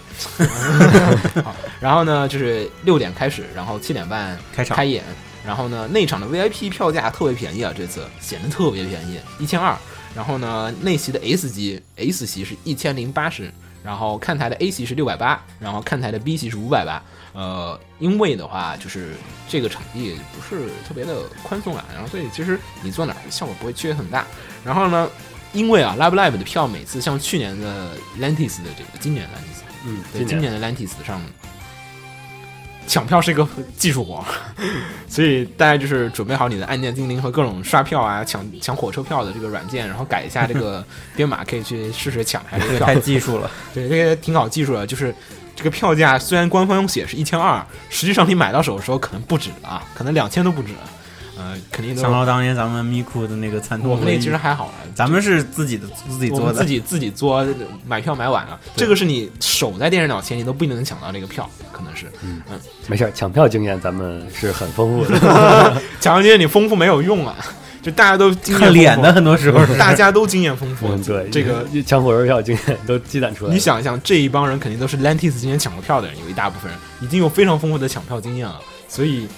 然后呢，就是六点开始，然后七点半开场开演。然后呢，内场的 VIP 票价特别便宜啊，这次显得特别便宜，一千二。然后呢，内席的 S 级 S 席是一千零八十，然后看台的 A 席是六百八，然后看台的 B 席是五百八。呃，因为的话就是这个场地不是特别的宽松啊，然后所以其实你坐哪儿效果不会区别很大。然后呢，因为啊，Live Live 的票每次像去年的 Lantis 的这个，今年的 Lantis 嗯，对，今年的 Lantis 上抢票是一个技术活， 所以大家就是准备好你的按键精灵和各种刷票啊、抢抢火车票的这个软件，然后改一下这 个编码，可以去试试抢一下这个太票。技术了，对，这个挺搞技术的，就是这个票价虽然官方写是一千二，实际上你买到手的时候可能不止啊，可能两千都不止，呃，肯定都 想。到当年咱们咪咕的那个惨痛我们那回其实忆，还好啊，咱们是自己的自己我做们的自，己自己作，买票买晚了，这个是你守在电视脑前，你都不一定能抢到这个票，可能是。没事儿，抢票经验咱们是很丰 富的。讲完这些你丰富没有用啊，就大家都经验丰看富 脸的，很多时候是。大家都经验 丰富嗯，。对，这个抢火车票经验都积攒出来了。你想一想，这一帮人肯定都是 Lantis 今年抢过票的人，有一大部分人已经有非常丰富的抢票经验了，所以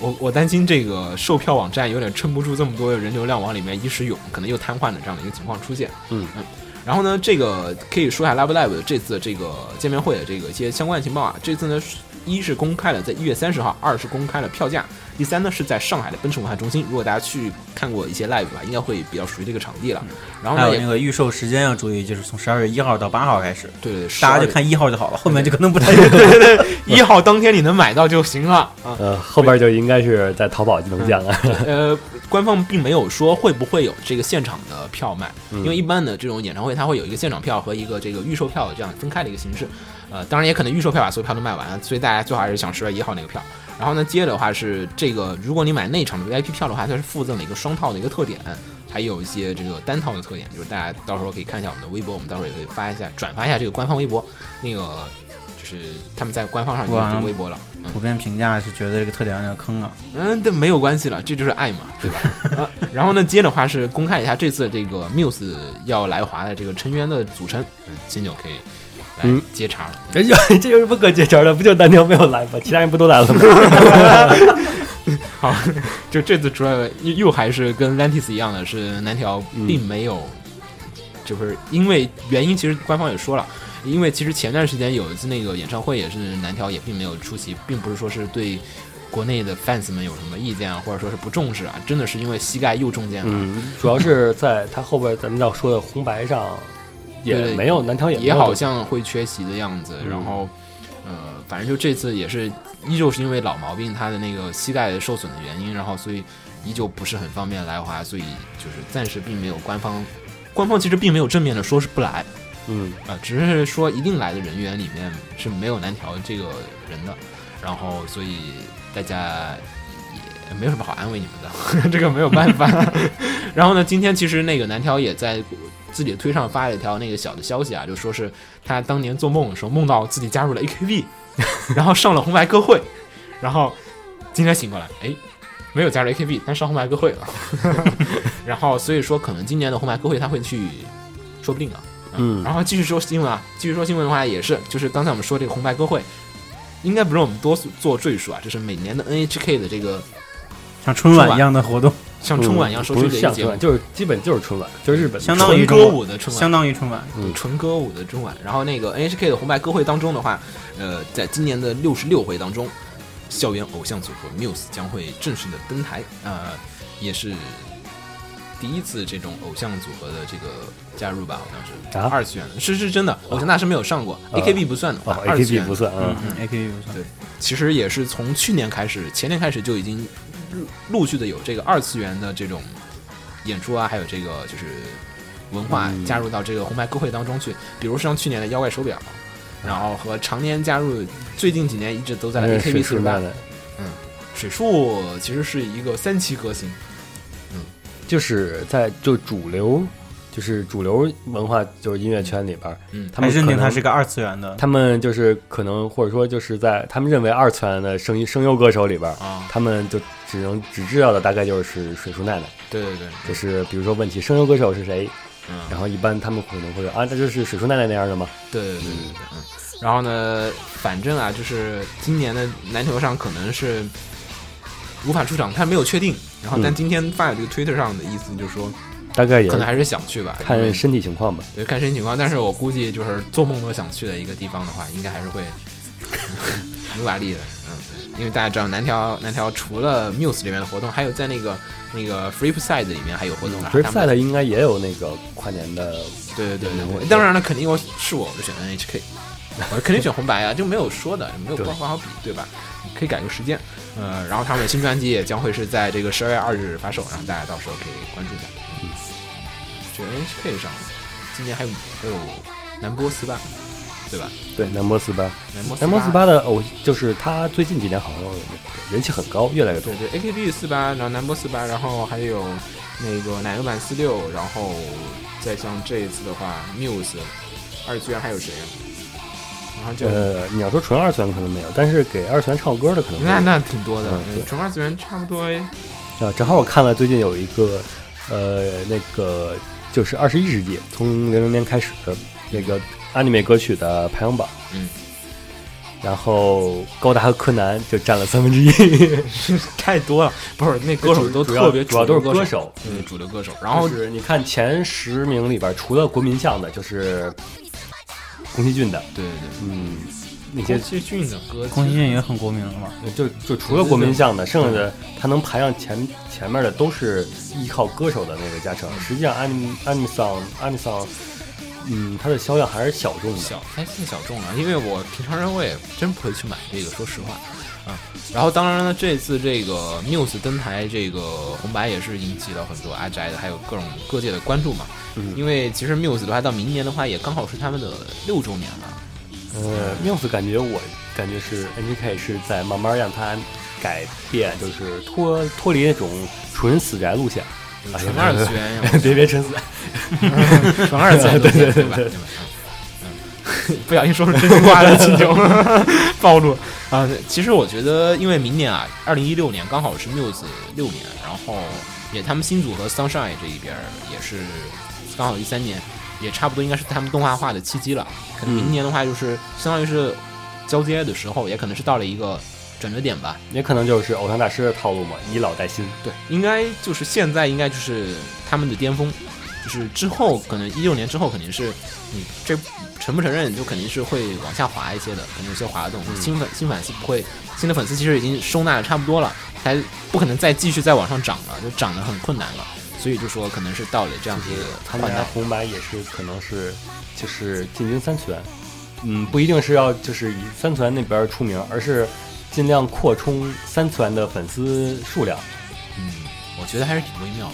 我我担心这个售票网站有点撑不住这么多人流量往里面一时涌，可能又瘫痪的这样的一个情况出现。嗯嗯。然后呢，这个可以说一下 Love Live 这次的这个见面会的这个一些相关的情报啊。这次呢，一是公开了在一月三十号，二是公开了票价，第三呢是在上海的奔驰文化中心。如果大家去看过一些 Live 吧，应该会比较熟悉这个场地了。然后嗯还呢，有也那个预售时间要注意，就是从十二月一号到八号开始，对对，对大家12就月看一号就好了，后面就可能不太。一号当天你能买到就行了啊。呃，后边就应该是在淘宝就能见了。呃，官方并没有说会不会有这个现场的票卖，嗯因为一般的这种演唱会它会有一个现场票和一个这个预售票这样分开的一个形式。呃，当然也可能预售票把所有票都卖完，所以大家最好还是想十月一号那个票。然后呢，接着的话是这个，如果你买内场的 VIP 票的话，它是附赠了一个双套的一个特点，还有一些这个单套的特点，就是大家到时候可以看一下我们的微博，我们到时候也可以发一下转发一下这个官方微博，那个就是他们在官方上已经有这个微博了。嗯 普遍评价是觉得这个特点有点坑啊，嗯，但没有关系了，这就是爱嘛，对 吧？啊，然后呢，接着的话是公开一下这次这个 Muse 要来华的这个成员的组成，嗯，金九可以来嗯接茬了。 哎呦，这有什么可接招的？不就单挑没有来吗？其他人不都来了吗？ 好，就这次除了又又还是跟 Lantis 一样的是南条并没有，嗯就是因为原因，其实官方也说了。因为其实前段时间有一次那个演唱会也是南条也并没有出席，并不是说是对国内的 fans 们有什么意见啊，或者说是不重视啊，真的是因为膝盖又中箭了，嗯，主要是在他后边咱们要说的红白上，也对没有南条也没也有好像会缺席的样子。然后，呃，反正就这次也是依旧是因为老毛病，他的那个膝盖受损的原因，然后所以依旧不是很方便来华，所以就是暂时并没有官方，官方其实并没有正面的说是不来，嗯，啊，只是说一定来的人员里面是没有南条这个人的，然后所以大家也没有什么好安慰你们的，这 个没有办法。然后呢，今天其实那个南条也在自己的推上发了一条那个小的消息啊，就说是他当年做梦的时候梦到自己加入了 AKB，然 后上了红白歌会，然后今天醒过来，哎。没有加入 AKB，但上红白歌会了， 然后所以说可能今年的红白歌会他会去，说不定啊，嗯然后继续说新闻啊，继续说新闻的话也是，就是刚才我们说这个红白歌会，应该不用我们多做赘述啊，就是每年的 NHK 的这个像春晚一样的活动，像嗯春晚一样收嗯不视率是的像节春目晚，，就是基本就是春晚，就是日本的相当纯于歌舞的春晚，相当于春晚。嗯纯歌舞的春晚。然后那个 NHK 的红白歌会当中的话，呃，在今年的六十六回当中，校园偶像组合 Muse 将会正式的登台，呃，也是第一次这种偶像组合的这个加入吧，好像啊是二次元的，是是真的，偶像大师没有上过，AKB 不算的哦话，二次，AKB 元不算啊，嗯，AKB 不算对。其实也是从去年开始，前年开始就已经陆陆续的有这个二次元的这种演出啊，还有这个就是文化嗯加入到这个红白歌会当中去，比如像去年的妖怪手表，啊然后和常年加入，最近几年一直都在那嗯是 AKB 水四十树八奈，的，水树其实是一个三期歌星，就是在就主流，就是主流文化就是音乐圈里边儿，嗯他还们认定可能它是个二次元的，他们就是可能或者说就是在他们认为二次元的声声优歌手里边儿，啊，他们就只能只知道的大概就是水树奈奈，对对对，就是比如说问起声优歌手是谁，嗯，然后一般他们可能会说啊，这就是水树奈奈那样的吗？对对对对对，嗯。然后呢，反正啊，就是今年的篮球上可能是无法出场，他没有确定。然后，但嗯今天发的这个推特上的意思就是说，大概也可能还是想去吧，因为看身体情况吧。对看身体情况。但是我估计就是做梦都想去的一个地方的话，应该还是会 努把力的，嗯。因为大家知道，南条南条除了 Muse 里面的活动，还有在那个那个 Free Side 里面还有活动啊。 f r 他 e 们 e 应该也有那个跨年的，对对对嗯对我对，当然了，肯定我是我，我就选 NHK，我肯定选红白啊，就没有说的，没有对官方好比，对吧？你可以改个时间，呃，然后他们的新专辑也将会是在这个十二月二日发售，然后大家到时候可以关注一下。嗯这个 NHK 上，今年还有还有南波斯吧，对吧？对南波斯巴，南波南波斯斯吧，巴的偶就是他最近几年好像人气很高，越来越多对。对，AKB 四八，然后南波四八，然后还有那个奶油版四六，然后再像这一次的话，Muse，二次元还有谁啊？然后就呃，你要说纯二次元可能没有，但是给二次元唱歌的可能那会有那挺多的嗯，对纯二次元差不 多。啊，正好我看了最近有一个，呃，那个就是二十一世纪从零零年开始的那个 anime 歌曲的排行榜，嗯，然后高达和柯南就占了三分之一，太多了，不是那歌手都主要特别主要都是主流歌歌手，嗯，主流歌手。然后就是你看前十名里边，除了国民向的，就是宫崎骏的，对对嗯，那对，些宫崎骏的歌，宫崎骏也很国民了嘛。就就除了国民向的，剩下的他能排上前前面的都是依靠歌手的那个加成。实际上，anim anim song anim song，嗯，它的销量还是小众的。小还是小众啊，因为我平常人我也真不会去买这个，说实话啊。然后当然了，这次这个 Muse 登台这个红白也是引起了很多阿宅的，还有各种各界的关注嘛。嗯因为其实 Muse 的话，到明年的话也刚好是他们的六周年了。呃，Muse 感觉我感觉是 NGK 是在慢慢让它改变，就是脱脱离那种纯死宅路线。哎呀纯 二次元呀，别别纯 死，纯二次元路线对吧？对吧？嗯， 不小心说出真心话了，请求 暴露啊！那其实我觉得，因为明年啊，二零一六年刚好是 Muse 六年，然后也他们新组合 Sunshine 这一边儿也是刚好一三年，也差不多应该是他们动画化的契机了。可能明年的话，就是相当于是交接的时候，也可能是到了一个转折点吧。也可能就是偶像大师的套路嘛，以老带新。对，应该就是现在应该就是他们的巅峰，就是之后可能一六年之后肯定是你这承不承认就肯定是会往下滑一些的，可能有些滑动，嗯新粉新粉丝不会，新的粉丝其实已经收纳的差不多了，还不可能再继续再往上涨了，就涨得很困难了，所以就说可能是到了这样的一个他换们家代，红白也是可能是就是进军三次元，嗯，不一定是要就是以三次元那边出名，而是尽量扩充三次元的粉丝数量。嗯，我觉得还是挺微妙的。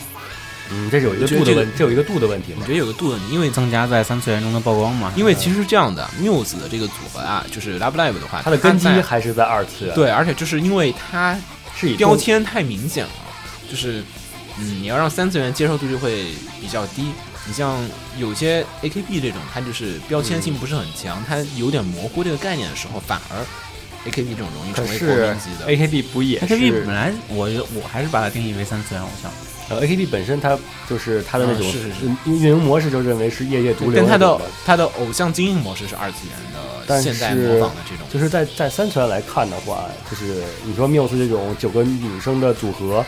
嗯，这是有一个嗯我觉得度的这个问，这有一个度的问题我嘛觉。得有个度的，因为增加在三次元中的曝光嘛。因为其实是这样的，Muse 的这个组合啊，就是 Love Live 的话，它的根基在还是在二次元，，对，而且就是因为它是以标动签太明显了，就是嗯，你要让三次元接受度就会比较低。你像有些 A K B 这种，它就是标签嗯性不是很强，它有点模糊这个概念的时候，反而 A K B 这种容易可成为国是民级的。 A K B 不也是 A 嗯 K B 本来我我还是把它定义为三次元偶像，呃 A K B 本身它就是它的那种嗯是是是嗯运营模式，就认为是夜夜独对流但那它的种的。它的偶像经营模式是二次元的但现代模是仿的这种，就是在在三次元来看的话，就是你说 Muse 这种九个女生的组合，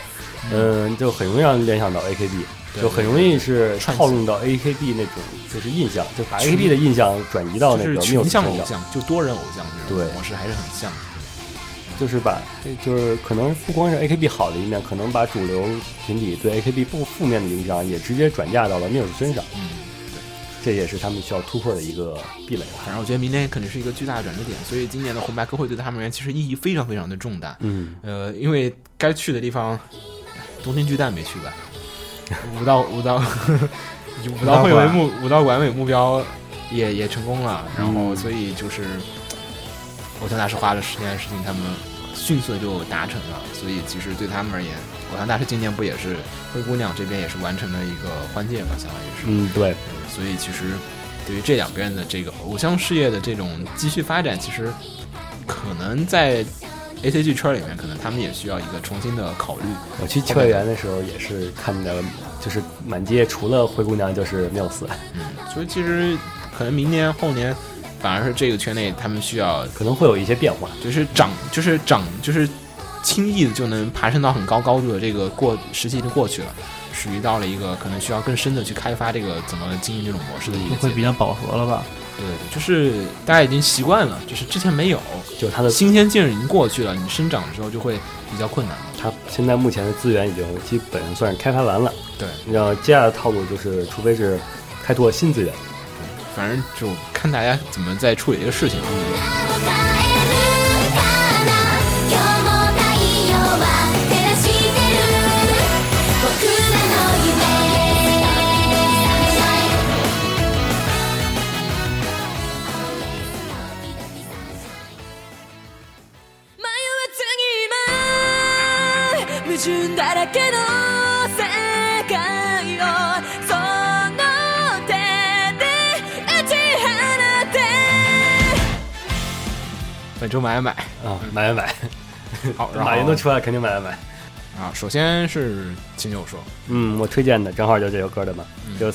嗯，就很容易让人联想到 AKB，对就很容易是串起套用到 AKB 那种就是印象，就把 AKB 的印象转移到那就个是 Muse 群身像上，偶像，就多人偶像这种对模式还是很像的。就是把就是可能不光是 AKB 好的一面，可能把主流群体对 AKB 不负面的影响也直接转嫁到了 Muse 身上，嗯，这也是他们需要突破的一个壁垒吧。反正我觉得明年肯定是一个巨大的转折点，所以今年的红白歌会对他们而言其实意义非常非常的重大。嗯，呃，因为该去的地方，东京巨蛋没 去吧？武道武 道以武道会为目武道馆为目标也也成功了，然后嗯所以就是偶像大师花了十年的时间，他们呃迅速地就达成了，所以其实对他们而言，偶像大师今年不也是灰姑娘这边也是完成了一个换届嘛，相当于是。嗯，对，所以其实对于这两个人的这个偶像事业的这种继续发展，其实可能在 A C G 圈里面，可能他们也需要一个重新的考虑。我去秋叶原的时候也是看的，就是满街除了灰姑娘就是 Muse，嗯，所以其实可能明年后年反而是这个圈内他们需要可能会有一些变化。就是长就是长就是轻易的就能爬升到很高高度的这个过时期已经过去了。属于到了一个可能需要更深的去开发这个怎么经营这种模式的一个阶就会段，比较饱和了吧？对，就是大家已经习惯了，就是之前没有，就是它的新鲜劲儿已经过去了，你生长的时候就会比较困难了。它现在目前的资源已经基本上算是开发完了。对，然后接下来的套路就是，除非是开拓新资源。反正就看大家怎么在处理这个事情。啊「今日も太陽は照らしてくれる」「僕らの夢」迷わずに今矛盾だらけの世界をその手で打ち放て本周买买啊，买买好， 买，然后马云都出来，肯定买买买。啊。首先是秦九说，嗯，我推荐的正好就是这首歌的嘛，就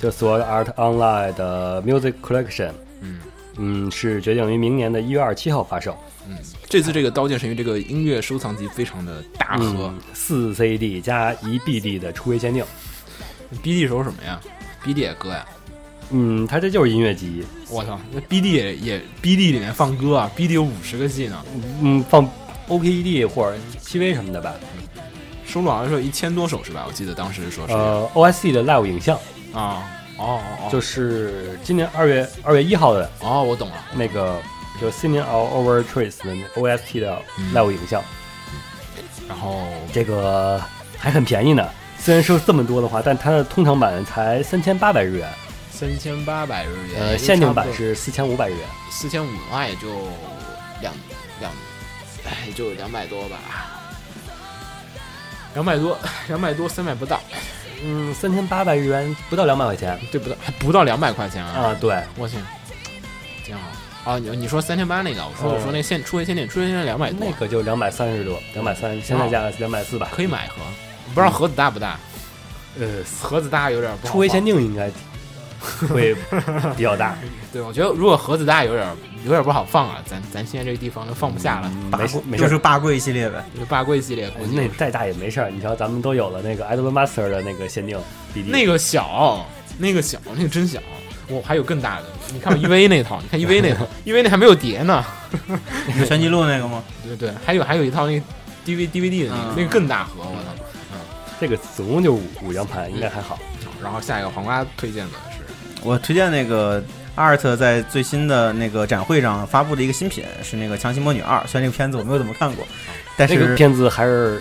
就 Sword Art Online 的 Music Collection。嗯嗯，是决定于明年的一月二十七号发售。嗯，这次这个《刀剑神域》这个音乐收藏集非常的大盒嗯，四 CD 加一 BD 的初回限定。 ，BD 手什么呀？BD 也歌呀。嗯，它这就是音乐集。我操，那 BD 也也 BD 里面放歌啊，BD 有五十个 G 呢，嗯，放 OPED 或者 CV 什么的吧。收录好像说一千多首是吧？我记得当时说是啊呃，OSC 的 Live 影像，哦哦就哦是今年二月二月一号的哦，我懂了。那个，就是《Singing All Over Trees》的那 OST 的嗯 Live 影像，然后这个还很便宜呢。虽然说这么多的话，但它的通常版才三千八百日元，三千八百日元，呃，限定版是四千五百日元。四千五的话，也就两两，哎，也就两百多吧，两百多， 两百多，三百不到，嗯，三千八百日元不到两百块钱对不到，还不到两百块钱啊！啊，对，我去，这样好啊！你你说三千八那个，我说、嗯我说那现出回限定，出回限定两百多那，个就两百三十多，两百三，现在价两百四吧。可以买一盒，不知道盒子大不大？呃，嗯盒子大有点不好初回限定，定应该会比较 大。对我觉得如果盒子大有点有点不好放啊，咱咱现在这个地方都放不下了。没事，没事就。是八贵系列呗。这个八柜系列估计那再大也没事儿，你瞧咱们都有了那个 Idol Master 的那个限定 BD，那个小，那个小，那个真小。我还有更大的，你看我 EV 那套，你 看 EV 那套，EV 那还没有碟呢。你说全记录那个 吗？对对，还有还有一套那个 DV DVD 的那个、嗯那个更大盒，我操！这个总共就五五张盘，应该还好。然后下一个黄瓜推荐的是我推荐那个 Art 在最新的那个展会上发布的一个新品是那个《强袭魔女二》，虽然这个片子我没有怎么看过，但那个是片子还是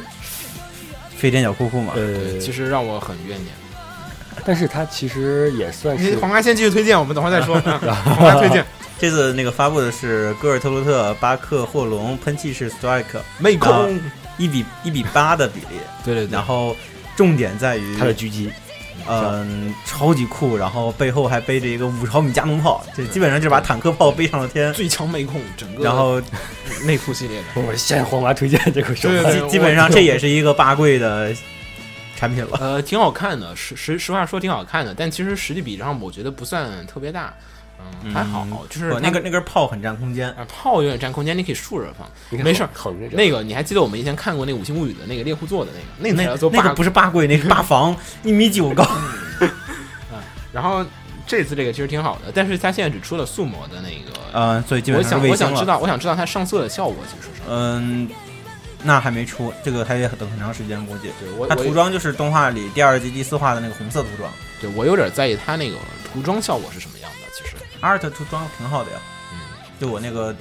飞天小酷酷嘛，呃，其实让我很怨念。但是它其实也算 你是黄瓜先继续推荐，我们等会儿再 说。黄瓜推 荐这次那个发布的是戈尔特鲁特、巴克霍龙、喷气式 Strike 妹控，一比一比八的比例，对对然后重点在于它的狙击，嗯，超级酷，然后背后还背着一个五十毫米加农炮，这基本上就是把坦克炮背上了天。最强妹控，整个然后内裤系列的，我现黄瓜推荐这个手对办对基基本上这也是一个八贵的产品了。呃，挺好看的，实实实话说挺好看的，但其实实际比上我觉得不算特别大，嗯，还好，就是不那个它那根炮很占空间，啊炮有点占空间，你可以竖着放，你看没事儿。横着那个你还记得我们以前看过那《五星物语》的那个猎户座的那个，那那才叫做那个不是。是八 贵，那是八房，一米九高。然后这次这个其实挺好的，但是它现在只出了塑模的那个，嗯，所以基本我上想是卫我星想知了。道我想知道它上色的效果其实是什么。嗯，那还没出，这个还得等很长时间估计。对我它我涂装就是动画里第二季第四话的那个红色涂装对我有点在意它那个涂装效果是什么样的，其实，art 涂装挺好的呀。就我那个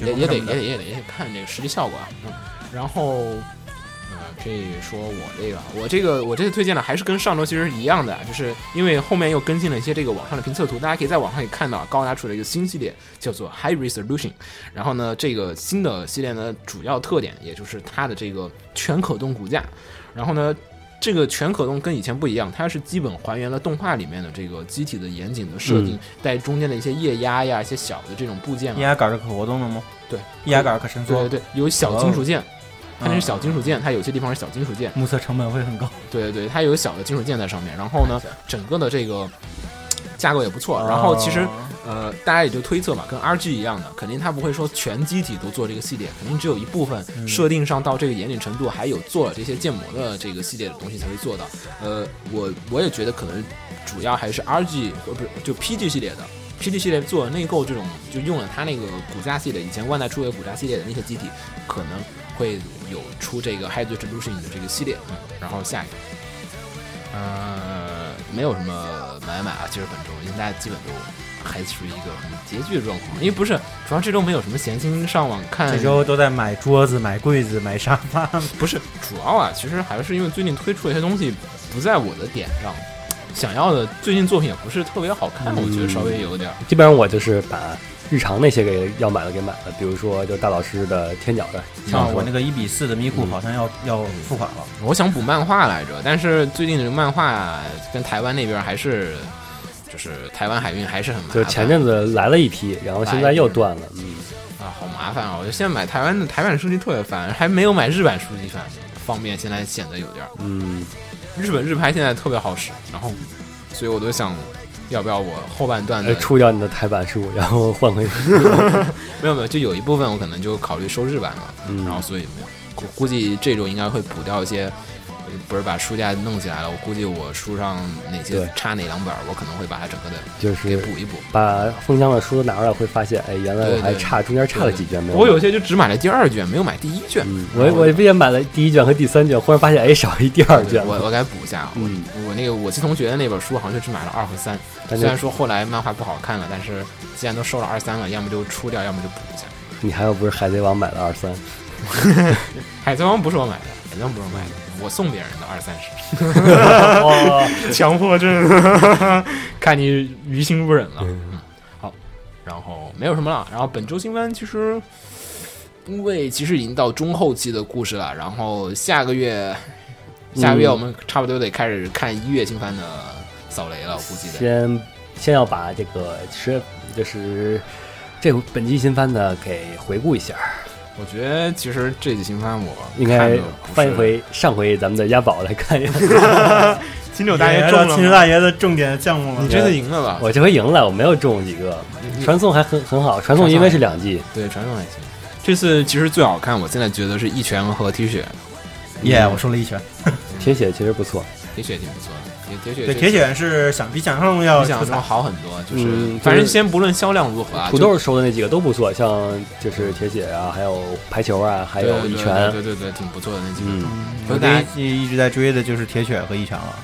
嗯也也得也得也得也得看这个实际效果啊。嗯，然后，呃，可以说我这个，我这个我这次推荐的还是跟上周其实是一样的，就是因为后面又更新了一些这个网上的评测图，大家可以在网上也看到高达出了一个新系列，叫做 High Resolution。然后呢，这个新的系列呢，主要特点也就是它的这个全可动骨架。然后呢，这个全可动跟以前不一样，它是基本还原了动画里面的这个机体的严谨的设定，带中间的一些液压呀、一些小的这种部件啊液，压杆是可活动的吗？对，液压杆可伸对缩对，对，有小金属哦件，它那是嗯小金属件，它有些地方是小金属件，目测成本会很高。对对对，它有小的金属件在上面。然后呢，整个的这个架构也不错。然后其哦实呃，大家也就推测嘛，跟 RG 一样的，肯定它不会说全机体都做这个系列，肯定只有一部分嗯设定上到这个严谨程度，还有做了这些建模的这个系列的东西才会做到。呃，我我也觉得可能主要还是 RG 或不是就 PG 系列的。PG 系列做内购这种，就用了它那个骨架系列，以前万代出的骨架系列的那些机体，可能会有出这个 High Resolution 的这个系列。嗯，然后下一个，呃，没有什么买买啊，其实本周因为大家基本都还处于一个很拮据的状况，因为不是主要这周没有什么闲心上网看，这周都在买桌子、买柜子、买沙发。不是主要啊，其实还是因为最近推出的一些东西不在我的点上，想要的最近作品也不是特别好看，我觉得稍微有点儿。基本上我就是把日常那些给要买的给买了，比如说就大老师的天角的，啊像嗯我那个一比四的咪咕好像要嗯要付款了，我想补漫画来着，但是最近这个漫画跟台湾那边还是，就是台湾海运还是很麻就烦。是前阵子来了一批，然后现在又断了，嗯，啊，好麻烦啊！我就现在买台湾的台版书籍特别烦，还没有买日版书籍烦。方便现在显得有点儿，嗯，日本日拍现在特别好使，然后，所以我都想，要不要我后半段的呃出掉你的台版书，然后换回，没有没有，就有一部分我可能就考虑收日版了，嗯然后所以没有，估估计这周应该会补掉一些，呃不是把书架弄起来了，我估计我书上哪些对插哪两本儿，我可能会把它整个的就是给补一补。把封箱的书都拿出来，会发现，哎，原来我还差中间差了几卷没有买。我有些就只买了第二卷，没有买第一卷。嗯，我我也买了第一卷和第三卷，忽然发现，哎，少一第二卷我了。我该补一下啊，我、嗯我那个我其同学的那本书好像就只买了二和三，但虽然是说后来漫画不好看了，但是既然都收了二三了，要么就出掉，要么就补一下。你还有不是海贼王买了二三，海贼王不是我买的，海贼王不是我买的，我送别人的二三十，哦， 强迫症，看你于心不忍了。嗯，好，然后没有什么了。然后本周新番其实，因为其实已经到中后期的故事了，然后下个月，下个月嗯我们差不多得开始看一月新番的扫雷了，我估计得。先先要把这个十，就是这本季新番的给回顾一下，我觉得其实这季新番我应看该得不是翻一回上回咱们的押宝来看一下。 金九爷到秦州大爷的重点项目你了。这次赢了吧？我这回赢了，我没有中几个，传送还很很好，传送因为是两季，对，传统还行。这次其实最好看，我现在觉得是一拳和铁血，耶，我说了一拳。嗯铁血其实不错。铁血挺不错的。铁铁对，血铁血是想比想象中要比想出象中彩。好很多，就是、嗯反正就是先不论销量如何啊，土就豆收的那几个都不错，像就是铁血啊，还有排球啊，还对有对一对拳对，对对，挺不错的那几个。嗯，所我以大这家一季一直在追的就是铁血和一拳了。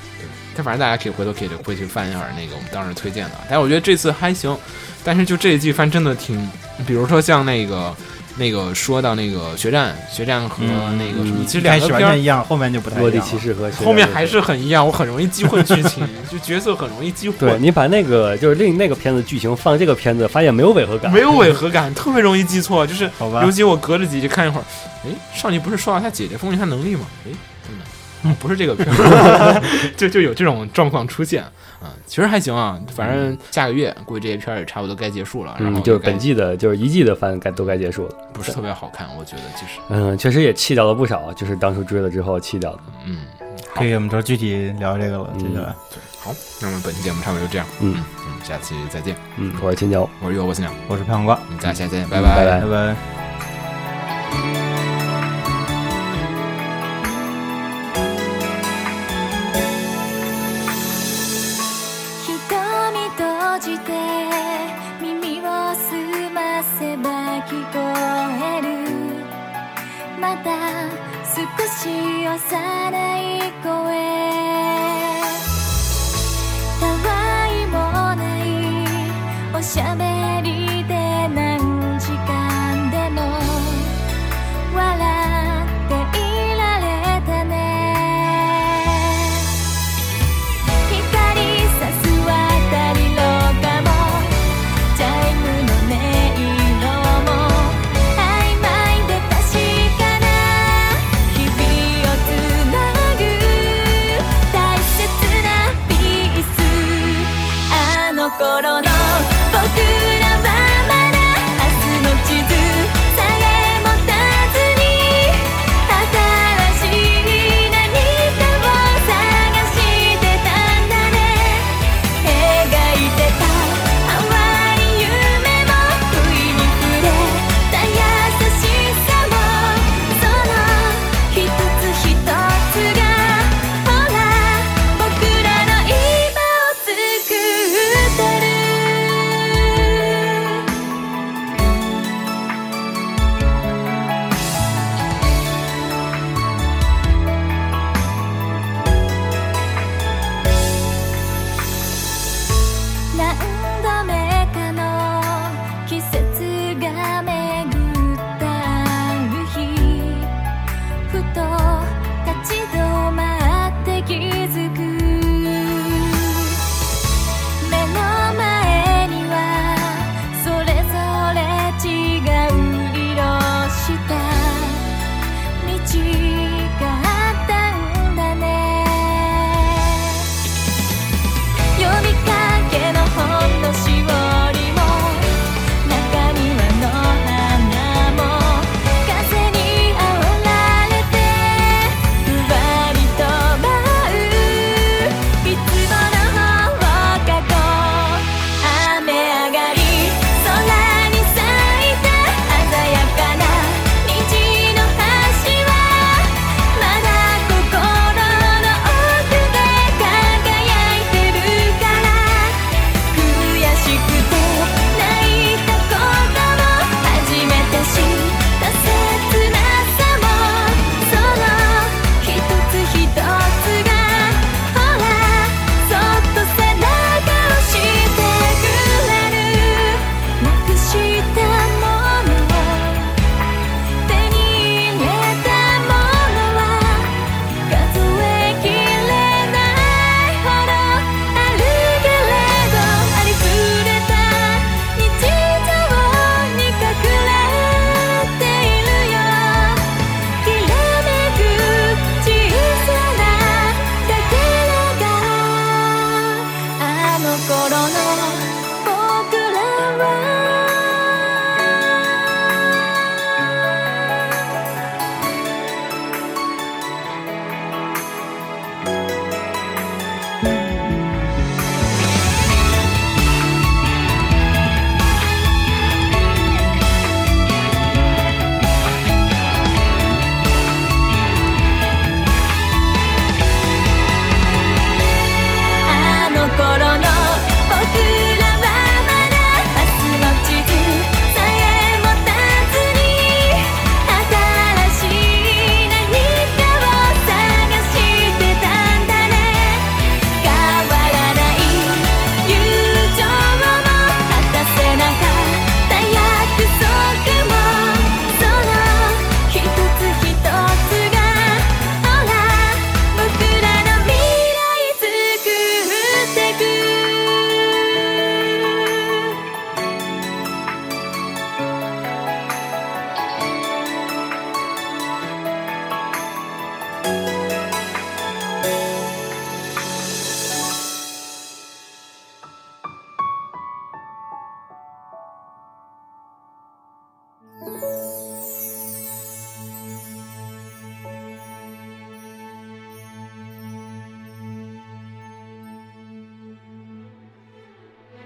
但反正大家可以回头可以回去翻一下那个我们当时推荐的。啊但我觉得这次还行，但是就这一季番真的挺，比如说像那个那个说到那个决战，决战和嗯那个什么，其实一开两始个完片儿全一样，后面就不太一落样地了。骑士和后面还是很一样，我很容易激混剧情， 就角色很容易激对混，你把那个就是另那个片子剧情放这个片子，发现没有违和感，没有违和感，特别容易记错。 就是好吧尤其我隔着几集看一会儿，哎，上集不是说到他姐姐风力她能力吗？哎，真的。哦不是这个片儿， 就就有这种状况出现啊，其实还行啊，反正下个月估计这些片儿也差不多该结束了，然后嗯，就是该本季的就是一季的番该都该结束了。不是特别好看，我觉得其实，嗯，确实也弃掉了不少，就是当初追了之后弃掉的。嗯，可以，我们就具体聊这个了，这个。对，好，那么本期节目差不多就这样，嗯嗯，下期再见，嗯，我是秦九，我是尤伯斯鸟，我是潘黄瓜，我们大家下期再见，嗯拜拜拜拜。瞳閉じて耳を澄ませば聞こえるまた少し幼い声たわいもないおしゃべりで何時間でも笑っていられたね光さす渡り廊下もチャイムの音色も曖昧で確かな日々をつなぐ大切なピースあの頃の僕らはまだ明日の地図さえ持たずに新しい何かを探してたんだね描いてた淡い夢も不意に触れた優しさもその一つ一つがほら僕らの今を作ってる何度目かの季節が巡ったある日ふと立ち止まって気づく目の前にはそれぞれ違う色した道があったんだね「読みかけの本のしおりも」「中庭の花も」「風にあおられて」「ふわりと舞う」「いつもの放課後」「雨上がり空に咲いた鮮やかな虹の橋は」「まだ心の奥で輝いてるから」「悔しくて泣いたことも初めて知った切なさも」「その一つ一つがほらそっと背中をしてくれる」「なくしたものを」「手に入れたものは数えきれないほどあるけれど」「ありふれた日常に隠れているよ」「きらめく小さなだけだがあの頃の僕らは」あの頃の僕らはまだ明日の地図さえ持たずに新しい何かを探してたんだね描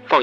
放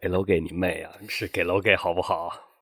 给楼给你妹啊！是给楼给好不好？